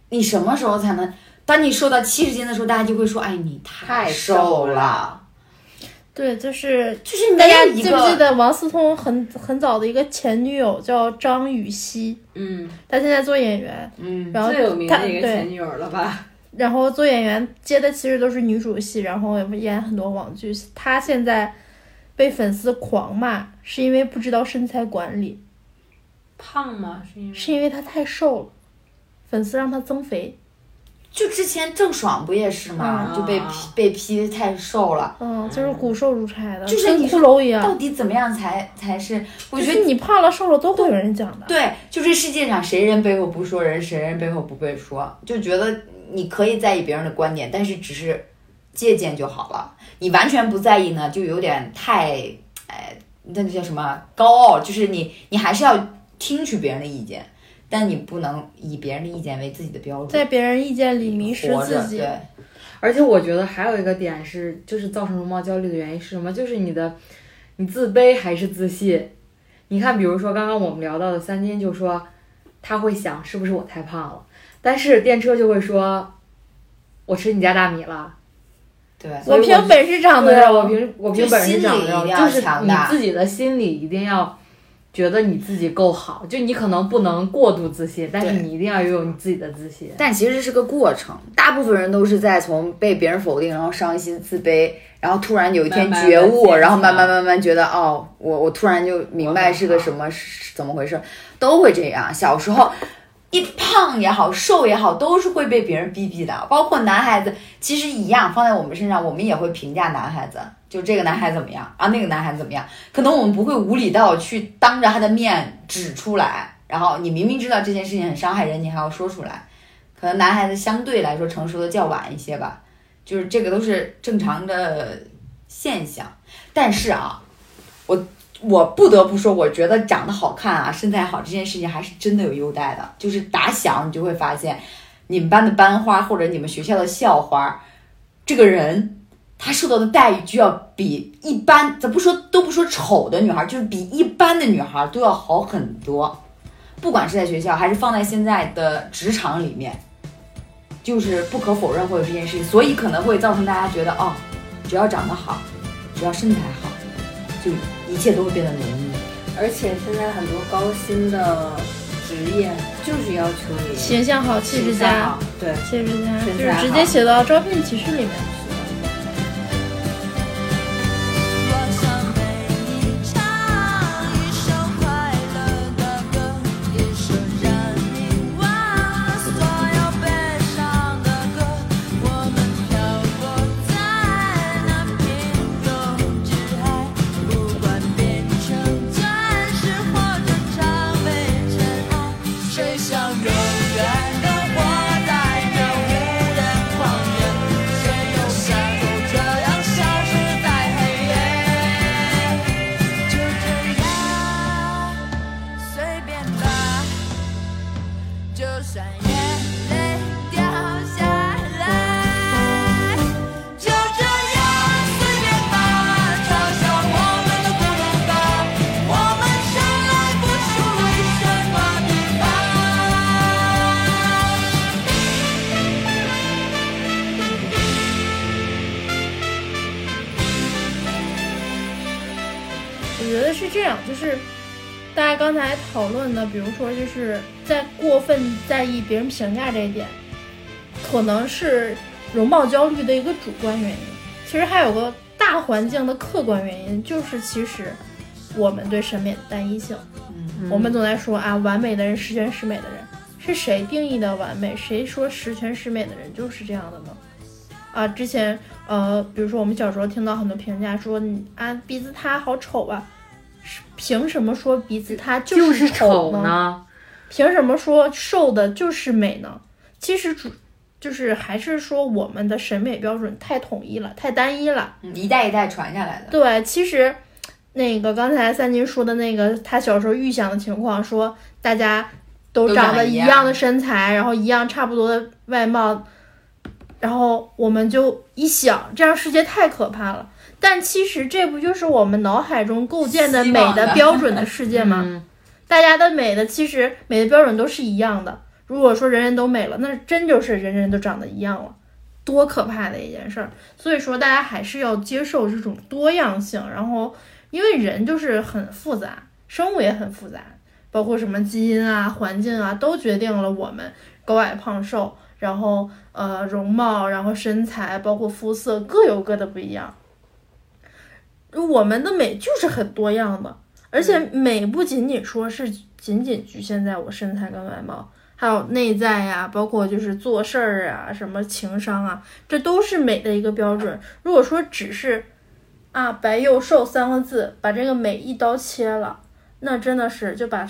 你什么时候才能？当你瘦到七十斤的时候，大家就会说：“哎，你
太
瘦
瘦
了。
*laughs* 对，就是”
就是
大
没
家
有一
记不记
个
得王思聪很很早的一个前女友叫张雨绮，
嗯，
她现在做演员，
嗯，
然后
最有名
她
的一个
对
前，女友了吧？
然后做演员接的其实都是女主戏，然后也演很多网剧。她现在被粉丝狂骂，是因为不知道身材管理，
胖吗？是因为
是因为她太瘦了，粉丝让她增肥。
就之前郑爽不也是吗？
嗯
就被批被批太瘦了。
嗯，就是骨瘦如柴的，
就是
跟
你
骷髅一
到
样。
底怎么样才才是？啊我
就
觉
是
得
你胖了瘦了都会有人讲的。
对，就这世界上谁人背后不说人，谁人背后不被说，就觉得你可以在意别人的观点，但是只是借鉴就好了。你完全不在意呢，就有点太，哎，那就叫什么高傲？就是你你还是要听取别人的意见，但你不能以别人的意见为自己的标准
在。别人意见里迷失
活着
自己。
对，
而且我觉得还有一个点是，就是造成容貌焦虑的原因是什么？就是你的你自卑还是自信？你看，比如说刚刚我们聊到的三金就说，他会想是不是我太胖了，但是电车就会说，我吃你家大米了。
对，
所以我
凭本事长的
对啊，我
肉，
凭我凭本事
就
长
心理一定
的，
要
就是
强
你
大
自己的心理一定要觉得你自己够好，就你可能不能过度自信，但是
对
你一定要有你自己的自信。
但其实是个过程，大部分人都是在从被别人否定，然后伤心、自卑，然后突然有一天
慢慢
觉悟，
地建立
然后慢慢慢慢觉得，哦，我我突然就明白是个什么是怎么回事，都会这样。小时候。一胖也好，瘦也好，都是会被别人逼逼的，包括男孩子，其实一样，放在我们身上，我们也会评价男孩子，就这个男孩怎么样啊，那个男孩怎么样，可能我们不会无理到去当着他的面指出来，然后你明明知道这件事情很伤害人，你还要说出来，可能男孩子相对来说成熟的较晚一些吧，就是这个都是正常的现象。但是啊，我我不得不说，我觉得长得好看啊，身材好这件事情还是真的有优待的。就是打小你就会发现，你们班的班花或者你们学校的校花，这个人。她受到的待遇就要比一般，咱不说都不说丑的女孩，就是比一般的女孩都要好很多，不管是在学校还是放在现在的职场里面，就是不可否认会有这件事情，所以可能会造成大家觉得哦，只要长得好，只要身材好，就一切都会变得容易。
而且现在很多高薪的职业就是要求你
形象好，气质
形象
佳
好，，对。
气质佳，就
身材
是
好
直接写到招聘启事里面。
我想给你唱一首快乐的歌，一首让你忘所有悲伤的歌。我们漂泊在那平庸之海，不管变成钻石或者成为尘埃，
谁想永远的活在这无人旷野？谁又像我这样消失在黑夜？
就这样随便吧。就算眼泪掉下来，就这样随便吧，嘲笑我们的孤独吧，我们生来不属于什么地方。
我觉得是这样，就是大家刚才讨论的，比如说就是在过分在意别人评价这一点，可能是容貌焦虑的一个主观原因。其实还有个大环境的客观原因，就是其实我们对审美的单一性，
嗯
我们总在说啊，完美的人十全十美的人，是谁定义的完美？谁说十全十美的人就是这样的呢？啊，之前呃，比如说我们小时候听到很多评价说你啊鼻子塌好丑啊，凭什么说鼻子它
就是
是丑
丑呢？
凭什么说瘦的就是美呢？其实主就是还是说我们的审美标准太统一了，太单一了。
嗯一代一代传下来的。
对，其实那个刚才三金说的那个他小时候预想的情况，说大家都
都
长
长
得
一
一
样
样的身材，然后一样差不多的外貌，然后我们就一想，这样世界太可怕了。但其实这不就是我们脑海中构建的
希
美
望
的
的
标准的世界吗？
嗯，
大家的美的其实美的标准都是一样的。如果说人人都美了，那真就是人人都长得一样了，多可怕的一件事儿！所以说，大家还是要接受这种多样性。然后，因为人就是很复杂，生物也很复杂，包括什么基因啊、环境啊，都决定了我们高矮胖瘦，然后呃容貌，然后身材，包括肤色，各有各的不一样。我们的美就是很多样的，而且
嗯
美不仅仅说是仅仅局限在我身材跟外貌，还有内在呀、包括就是做事儿啊，什么情商啊，这都是美的一个标准。如果说只是啊白幼瘦三个字把这个美一刀切了，那真的是就把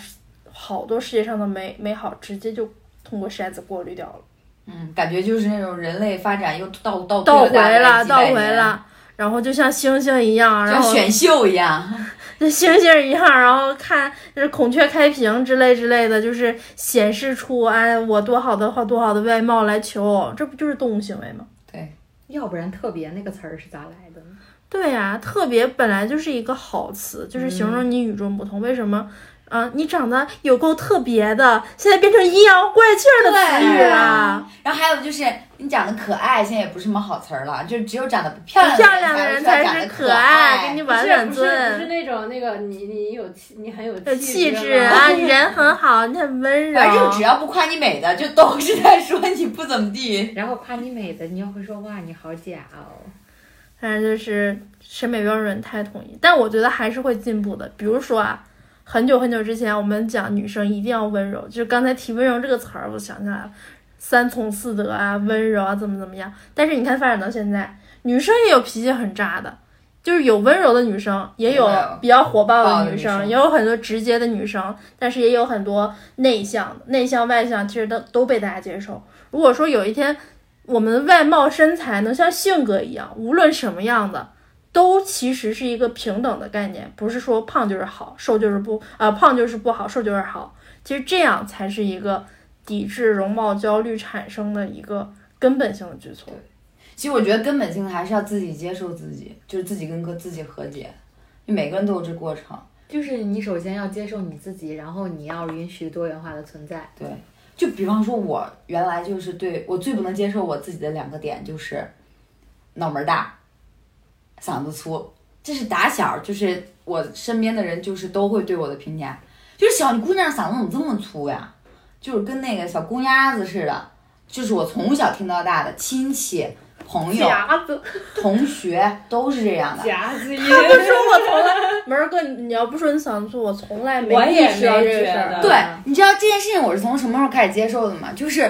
好多世界上的美美好直接就通过筛子过滤掉了。
嗯，感觉就是那种人类发展又倒倒退
倒
了大
回
概
了，
几
倒
百
回
年，
了，然后就像星星一样，然
像
后
选秀一样。
就星星一样，然后看就是孔雀开屏之类之类的，就是显示出哎我多好的好多好的外貌来求偶，这不就是动物行为吗？
要不然特别那个词儿是咋来的呢？
对呀、特别本来就是一个好词，就是形容你与众不同。为什么？啊、你长得有够特别的，现在变成阴阳怪气儿的词语
对
了。
然后还有就是你长得可爱，现在也不是什么好词儿了，就只有长得漂
漂
亮
亮的
的
人
人才会说
才
长
是
得
可
爱，
爱，给你
不
婉
是
婉
不是不是
尊，
那种那个你你有气你很有
有气质
质吗
啊，你人很好，你很温柔。
反正就只要不夸你美的，就都是在说你不怎么地。
然后夸你美的，你又会说哇你好假哦。
反正就是审美标准太统一，但我觉得还是会进步的。比如说啊，很久很久之前我们讲女生一定要温柔，就是刚才提温柔这个词儿，我想起来了，三从四德啊，温柔啊，怎么怎么样。但是你看发展到现在，女生也有脾气很渣的，就是有温柔的女生，也有
也有
比较火爆哦的女
暴力
生，
女生
也有很多直接的女生，但是也有很多内向的，内向外向其实都都被大家接受。如果说有一天我们的外貌身材能像性格一样，无论什么样的，都其实是一个平等的概念，不是说胖就是好，瘦就是不啊、胖就是不好，瘦就是好。其实这样才是一个抵制容貌焦虑产生的一个根本性的举措。
其实我觉得根本性的还是要自己接受自己，就是自己跟个自己和解。就每个人都有这过程，
就是你首先要接受你自己，然后你要允许多元化的存在。
对。就比方说，我原来就是对我最不能接受我自己的两个点就是脑门儿大，嗓子粗。这是打小就是我身边的人就是都会对我的评价，就是小姑娘嗓子怎么这么粗呀？就是跟那个小公鸭子似的，就是我从小听到大的亲戚、朋友、
夹子，
同学都是这样的。
夹子音，
不说我从来， *laughs* 门儿哥，你要不说你嗓子粗，我从来没
我也
意识到
没
这个
觉
事
得
儿。
对，你知道这件事情我是从什么时候开始接受的吗？就是，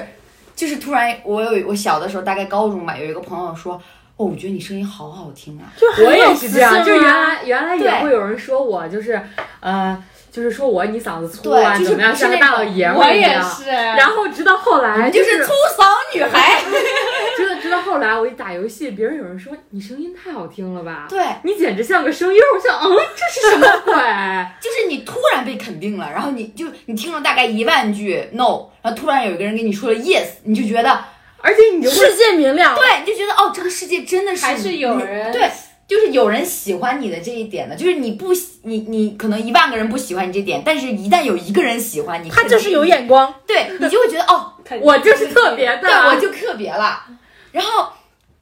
就是突然我有我小的时候，大概高中吧，有一个朋友说，哦，我觉得你声音好好听啊，
就很
我也
有
是
磁
这
性
样，就原
啊。
来原来也
对
会有人说我就是呃，就是说我你嗓子粗
对
啊，
就是
怎么样，
不是
像个
那
大老
种
爷们
我
儿一
也
样。
是，
然后直到后来，
哎就是是粗嗓女孩。 *laughs*
真的直到后来，我一打游戏，别人有人说你声音太好听了吧，
对，
你简直像个声优。我想，嗯，这是什么鬼？ *laughs*
就是你突然被肯定了，然后你就你听了大概一万句 no，然后突然有一个人跟你说了 yes，你就觉得
而且你就会
世界明亮，
对，你就觉得哦，这个世界真的是
还是有
你
人
对。就是有人喜欢你的这一点的，就是你不喜你你可能一万个人不喜欢你这点，但是一旦有一个人喜欢你，
他就是有眼光。
对你就会觉得哦，
*laughs*
肯定
我就是特别的，
对，
啊
我就特别了。然后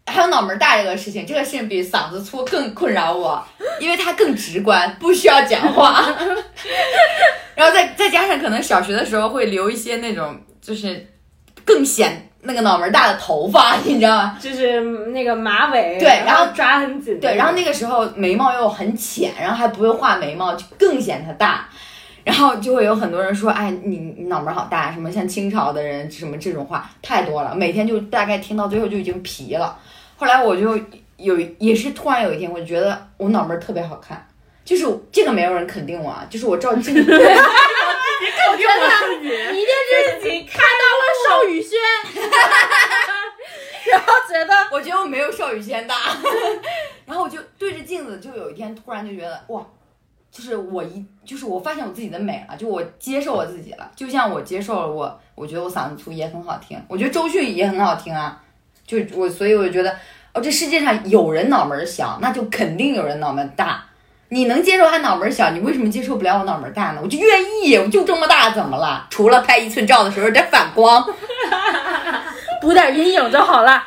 还有脑门大这个事情，这个事情比嗓子粗更困扰我，因为它更直观，不需要讲话。 *laughs* 然后再再加上可能小学的时候会留一些那种就是更显那个脑门大的头发，你知道吗？
就是那个马尾，
对然后
后抓很紧，
对，然后那个时候眉毛又很浅，然后还不会画眉毛，就更显它大。然后就会有很多人说，哎，你你脑门儿好大，什么像清朝的人什么这种话太多了，每天就大概听到最后就已经皮了。后来我就有也是突然有一天，我觉得我脑门儿特别好看，就是这个没有人肯定我，啊，就是我照镜子，
真的，你这是你看到了邵
*laughs*
雨轩，然后觉得
*laughs* 我觉得我没有邵雨轩大， *laughs* 然后我就对着镜子，就有一天突然就觉得哇，就是我一就是我发现我自己的美了，就我接受我自己了，就像我接受了我，我觉得我嗓子粗也很好听，我觉得周迅也很好听啊，就我所以我就觉得哦，这世界上有人脑门儿小，那就肯定有人脑门大。你能接受他脑门儿小，你为什么接受不了我脑门儿大呢？我就愿意，我就这么大，怎么了？除了拍一寸照的时候有点反光，
补点阴影就好了。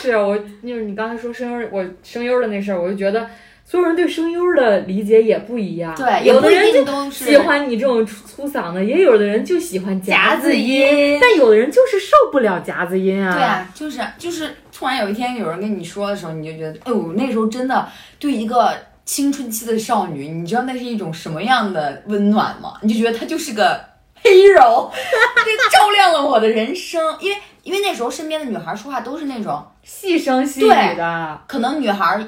是我，就是你刚才说声优，我声优的那事儿，我就觉得所有人对声优的理解也不一样。
对，
有
有的
的人
人
就
都是
喜欢你这种粗粗嗓的，也有的人就喜欢
夹
子
子音，
但有的人就是受不了夹子音
嗯
啊。
对啊，就是就是，突然有一天有人跟你说的时候，你就觉得，哎呦，那时候真的对一个青春期的少女，你知道那是一种什么样的温暖吗？你就觉得她就是个 *laughs* hero，这照亮了我的人生。因为因为那时候身边的女孩说话都是那种，
细声细语的，
可能女孩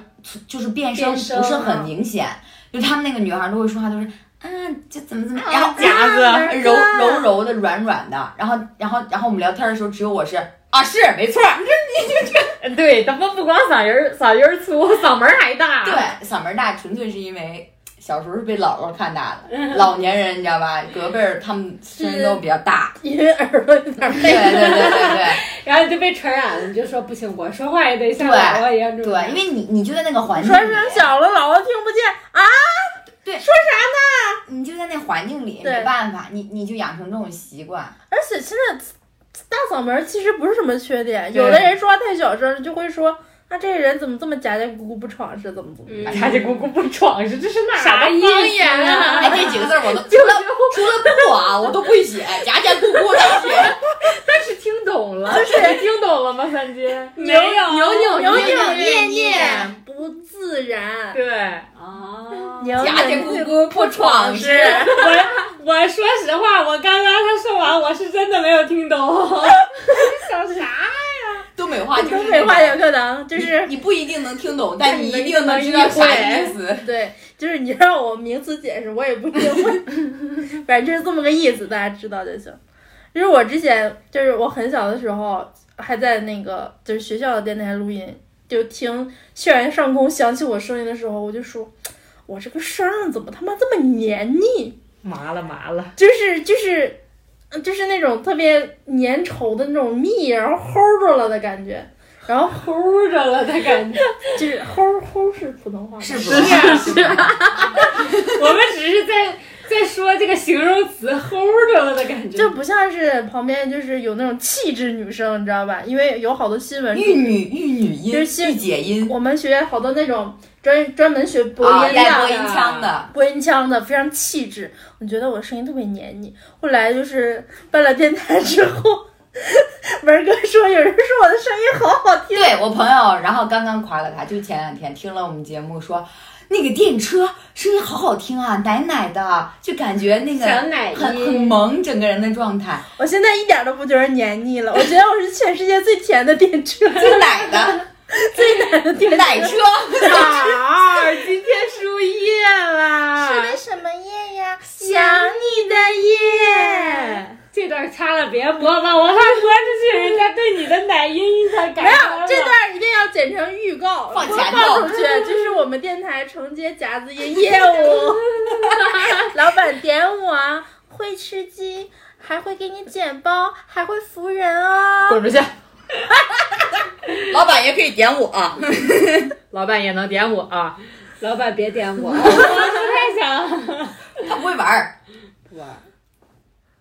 就是变声
变
不
声
是
啊
很明显，就她们那个女孩都会说话都是。啊，就怎么怎么，
啊
然后
夹子
柔柔柔的、软软的，然后然后然后我们聊天的时候，只有我是啊，是没错儿，
对，咱们不光嗓音儿嗓音儿粗，嗓门儿还大。
对，嗓门大纯粹是因为小时候是被姥姥看大的，老年人你知道吧？隔辈儿他们声音都比较 *laughs* 大。
因为耳朵有点
对对对对
然后你就被传染了，你就说不行，我说话也得像
对
姥姥一样这
对
么
对，因为你你就在那个环境
传
里，
声小了，姥姥听不见啊。
你就在那环境里，
对
没办法，你你就养成这种习惯。
而且现在大嗓门其实不是什么缺点，
对
有的人说话太小声，就会说啊，这人怎么这么夹夹咕咕不闯是怎么怎么
嗯
办？
夹叽咕咕不闯是这是哪儿的
啥意思啊
方言啊？
*laughs* 哎，这几个字儿我都除了除了不啊，我都不会写，夹夹咕咕的写。
但是听懂了，你听懂了吗？三金，
没有
扭扭扭
扭扭捏
捏
捏
不自然，
对。
啊，
扭扭
夹夹咕咕不闯是，
我说实话，我刚刚他说完，我是真的没有听懂。
想啥？
东北话就是
东北话
那种
有可能就是
你不一定能听懂，但你一定能知
能
道
意会
啥意思。
*laughs* 对，就是你让我名词解释，我也不一定会， *laughs* 反正就是这么个意思，大家知道就行。就是我之前，就是我很小的时候，还在那个就是学校的电台录音，就听校园上空响起我声音的时候，我就说，我这个声儿怎么他妈这么黏腻？
麻了麻了，
就是就是，嗯就是那种特别粘稠的那种蜜，然后齁着了的感觉，然后
齁着了的感觉，
就是齁齁是普通话吗，
是不
是啊是啊， *laughs* 我们只是在在说这个形容词齁着了的感觉。
就不像是旁边就是有那种气质女生，你知道吧？因为有好多新闻，
玉女玉女音，
就是新
御姐音，
我们学好多那种专专门学播
啊，
音的、
带播音腔的，
播音腔的，非常气质。我觉得我声音特别黏腻。后来就是办了电台之后， *laughs* 文哥说有人说我的声音好好听，
对我朋友，然后刚刚夸了他，就前两天听了我们节目说。那个电车声音好好听啊，奶奶的，就感觉那个
小奶音
很很萌，整个人的状态，
我现在一点都不觉得黏腻了。我觉得我是全世界最甜的电车，
*laughs* 就奶的
最奶的电
奶
车。
车，
哪儿？今天输液啦！
什么夜呀？想你的夜。
这段掐了别播吧，我怕播出去人家对你的奶音印象改
没
观
有
了。
这段一定要剪成预告，
放
播 *laughs*
前
放
头
出去。这是我们电台承接夹子音业
*laughs*
务，老板点我啊，会吃鸡，还会给你剪包，还会服人哦。
滚出去！
老板也可以点我、啊，
老板也能点我啊！
老板别点我，我不太想。
他不会玩儿，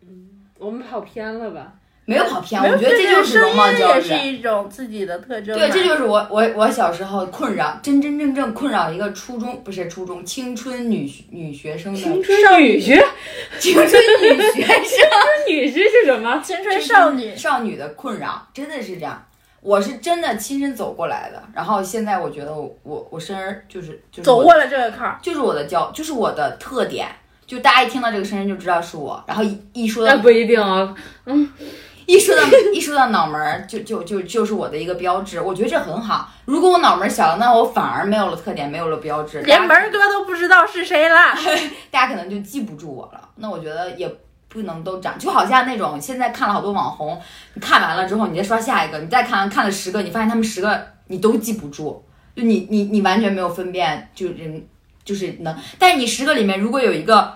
嗯我们跑偏了吧？
没有跑偏，
没有
我觉得这就是
声
容貌
音
焦
也
虑，啊
是一种自己的特征嘛。啊
对，这就是我我我小时候困扰，真真正正困扰一个初中不是初中青春女女学生的
青春女婿，
青春女学生
女婿是什么？
青春少女。
少女的困扰，真的是这样。我是真的亲身走过来的，然后现在我觉得我我我声儿就是就是
走
我
过了这个坎儿，
就是我的焦，就是我的特
哎
哦
点，就大家一听到这个声音就知道是我，然后一一说到
那不一定啊，
一说到一说到脑门儿，就就就就是我的一个标志，我觉得这很好。如果我脑门儿小，那我反而没有了特点，没有了标志，大
连
家
门哥都不知道是谁
*laughs*
了。
大家可能就记不住我了。那我觉得也不能都长，就好像那种现在看了好多网红，你看完了之后，你再刷下一个，你再看看了十个，你发现他们十个你都记不住，就你你你完全没有分辨，就人就是能，但是你十个里面如果有一个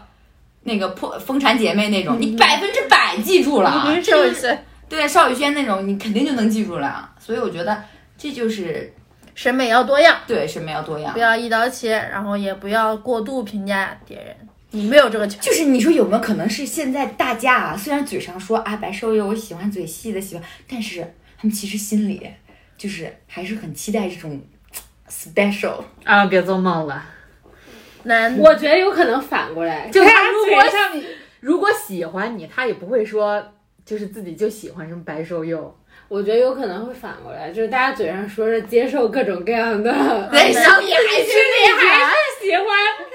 那个破风产姐妹那种，你百分之百记住了啊，这
你是邵
就
雨
是
轩
对邵雨轩那种，你肯定就能记住了啊。所以我觉得这就是
审美要多样，
对审美要多样
不。要一刀切，然后也不要过度评价别人，你没有这个权利。
就是你说有没有可能是现在大家啊，虽然嘴上说啊白瘦幼我喜欢嘴细的喜欢，但是他们其实心里就是还是很期待这种 *laughs* special。
啊，别做梦了。
男
我觉得有可能反过来，
就
哎
他
他如果
嘴上
喜如果喜欢你，他也不会说就是自己就喜欢什么白瘦幼。
我觉得有可能会反过来，就是大家嘴上说着接受各种各样的， *laughs*
对，小野还
心里还是喜欢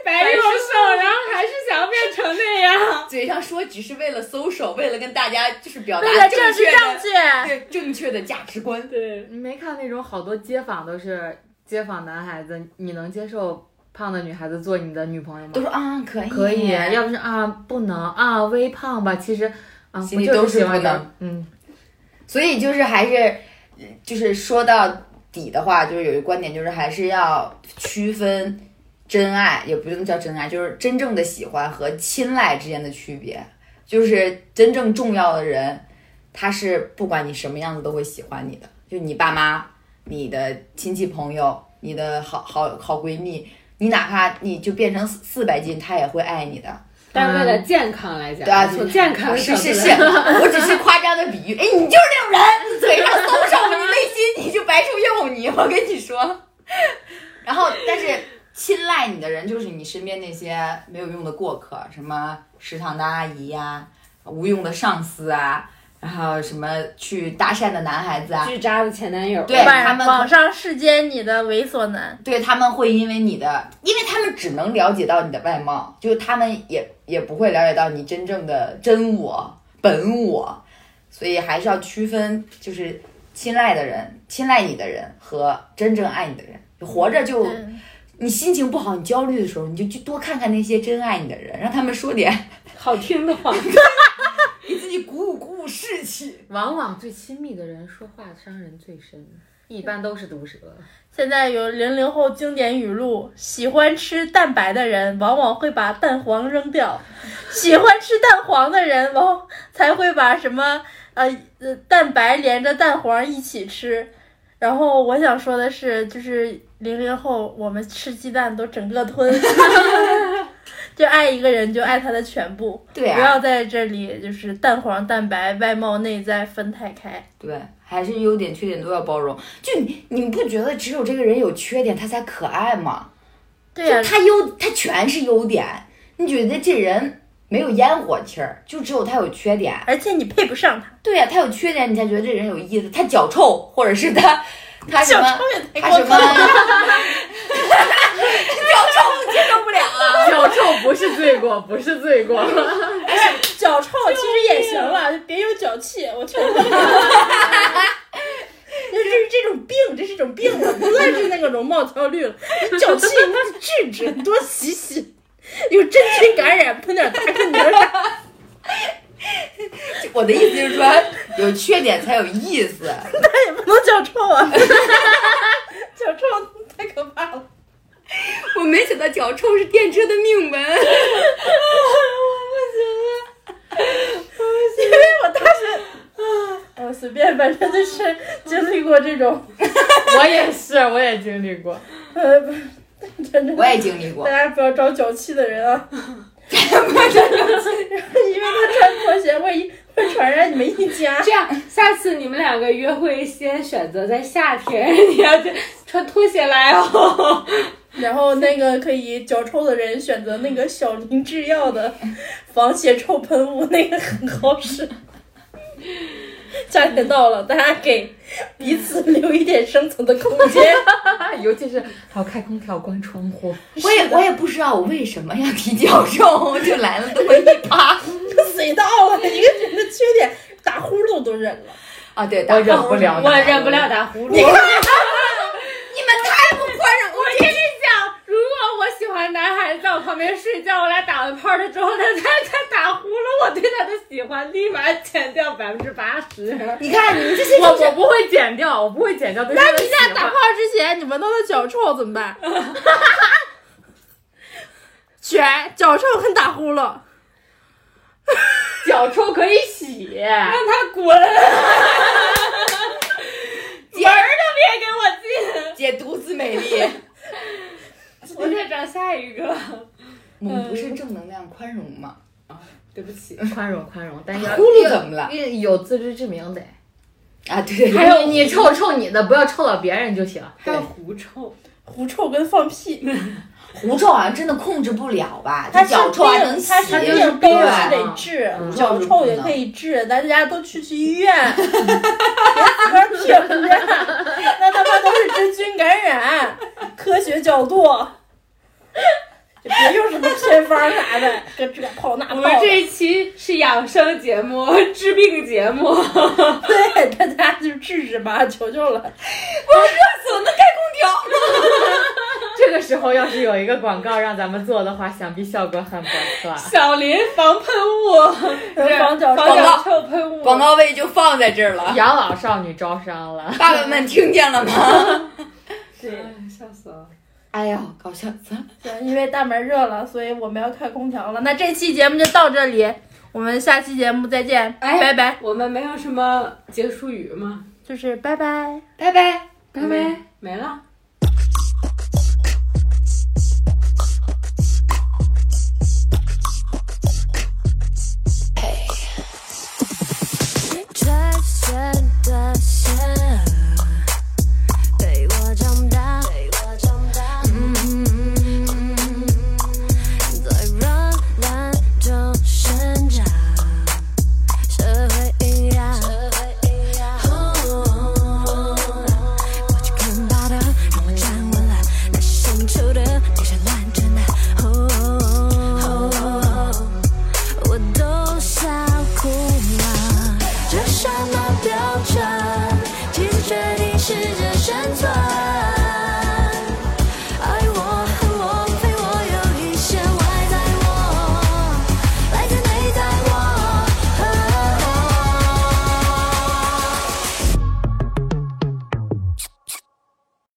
白幼瘦，然后还是想要变成那样。
嘴上说只是为了 social，为了跟大家就是表达
对的，
正
这是
确
正
的
确。
对正确的价值观。
对，
你没看那种好多街访都是街访男孩子，你能接受胖的女孩子做你的女朋友
都
吗？
说啊可以
可以，要不是啊不能啊微胖吧，其实啊
心里
我就
都是
喜欢
不能
你嗯，
所以就是还是，就是说到底的话，就是有一个观点，就是还是要区分真爱，也不能叫真爱，就是真正的喜欢和青睐之间的区别。就是真正重要的人，他是不管你什么样子都会喜欢你的，就你爸妈、你的亲戚朋友、你的好好好闺蜜，你哪怕你就变成四四百斤，他也会爱你的。
但为了健康来讲，
对啊，
从健康的角
是
度
是
来
是，
*laughs*
我只是夸张的比喻。哎，你就是那种人，嘴上松手，你内心你就白瘦幼你，我跟你说。然后，但是青睐你的人就是你身边那些没有用的过客，什么食堂的阿姨呀、无用的上司啊，然后什么去搭讪的男孩子啊，
巨渣的前男友，
对他
网
们
网上世间你的猥琐男，
对他们会因为你的，因为他们只能了解到你的外貌，就是他们也也不会了解到你真正的真我、本我，所以还是要区分，就是青睐的人、青睐你的人和真正爱你的人。活着就
嗯，
你心情不好、你焦虑的时候，你就去多看看那些真爱你的人，让他们说点
好听的
*laughs*
话。
给自己鼓舞鼓舞士气。
往往最亲密的人说话伤人最深，一般都是毒 *laughs* 舌。
现在有零零后经典语录：喜欢吃蛋白的人往往会把蛋黄扔掉，喜欢吃蛋黄的人往才会把什么呃呃蛋白连着蛋黄一起吃。然后我想说的是，就是零零后我们吃鸡蛋都整个吞，
*laughs*
就爱一个人就爱他的全部，
对
不
啊，
要在这里就是蛋黄、蛋白、外貌、内在分太开。
对，还是优点缺点都要包容。就你你不觉得只有这个人有缺点，他才可爱吗？
对呀、
他优他全是优点，你觉得这人没有烟火气儿，就只有他有缺点。
而且你配不上他，
对呀、他有缺点，你才觉得这人有意思。他脚臭，或者是他他什
小
么
超也
他
太
什
过
么
分
脚
了。
臭接受不了啊。
脚臭不是罪过，不是罪过。 *laughs*
脚臭其实也行了，就别有脚气，我 *laughs* 全都。这是这种病，这是一种病了，不再是那个容貌焦虑了，你脚气你治治，你多洗洗，有真菌感染，喷点大根泥儿。
*laughs* 我的意思就是说，有缺点才有意思。
但也不能脚臭啊， *laughs* 脚臭太可怕了。 *laughs*
我 *laughs* 没想到脚臭是电车的命门。
因为我大学，啊，我随便，反正就是经历过这种，
我也是，我也经历 *laughs* 过。
呃，不是真的
我也经历过
大，家不要找脚气的人啊！因为他穿拖鞋会会传染你们一家
这。样，下次你们两个约会先选择在夏天，你要这穿拖鞋来哦。
*laughs* 然后那个可以脚臭的人选择那个小林制药的防鞋臭喷雾，那个很好 *laughs* 使。夏天到了，大家给彼此留一点生存的空 *laughs* 间。
啊尤其是还要开空调、关窗户。
我也我也不知道我为什么要提脚
*laughs*
臭，就来了这么一趴。
水到了，一个人的缺点打呼噜都忍了。
啊，对，
我忍不了，
我忍不了。打呼噜。
你们太不宽容了，
我跟你讲，如果我喜欢男孩子在我旁边睡觉，我俩打完炮了之后，他他他打呼噜，我对他的喜欢立马减掉百分之八十。
*laughs* 你看你们这些
我我不会剪掉，我不会剪掉。那
那你在打炮之前，你闻到他脚臭怎么办？ *laughs* 选脚臭跟打呼噜，
脚臭可以洗，
让他滚，门儿都别给我
解读自美丽， *laughs*
进。我再找下一个。
我们不是正能量宽容吗？
对不起，
宽容宽容，
嗯
但要
呼噜怎么了？
一有自知之明得。
啊，对对对，
还有你臭臭你的，不要臭到别人就行。
还有狐臭，
狐臭跟放屁，
狐臭好像真的控制不了吧？
它
这
是
脚臭还
病
能洗？
它是
就
病
是
病
病
是
啊
得治，
嗯
脚臭也可以治，大家都去去医院，别自个儿挺着，那他妈都是真菌感染，科学角度。就别用什么偏方啥的，跟这个泡那
我
泡的。
们这一期是养生节目、治病节目。
哦
*laughs*
*laughs* 对大家就治治吧，求求了。
这个时候要是有一个广告让咱们做的话，想必效果很不错。
小林防喷雾，
能防脚臭
广告
臭喷雾，
广告位就放在这儿
*laughs*
了，
养老少女招商了，
爸爸们听见了吗？
对，
哎笑死了。
哎呦，搞笑死了！
对，因为大门热了，所以我们要开空调了。那这期节目就到这里，我们下期节目再见，
哎
拜拜。
我们没有什么结束语吗？
就是拜拜。
拜拜。
拜拜，没了。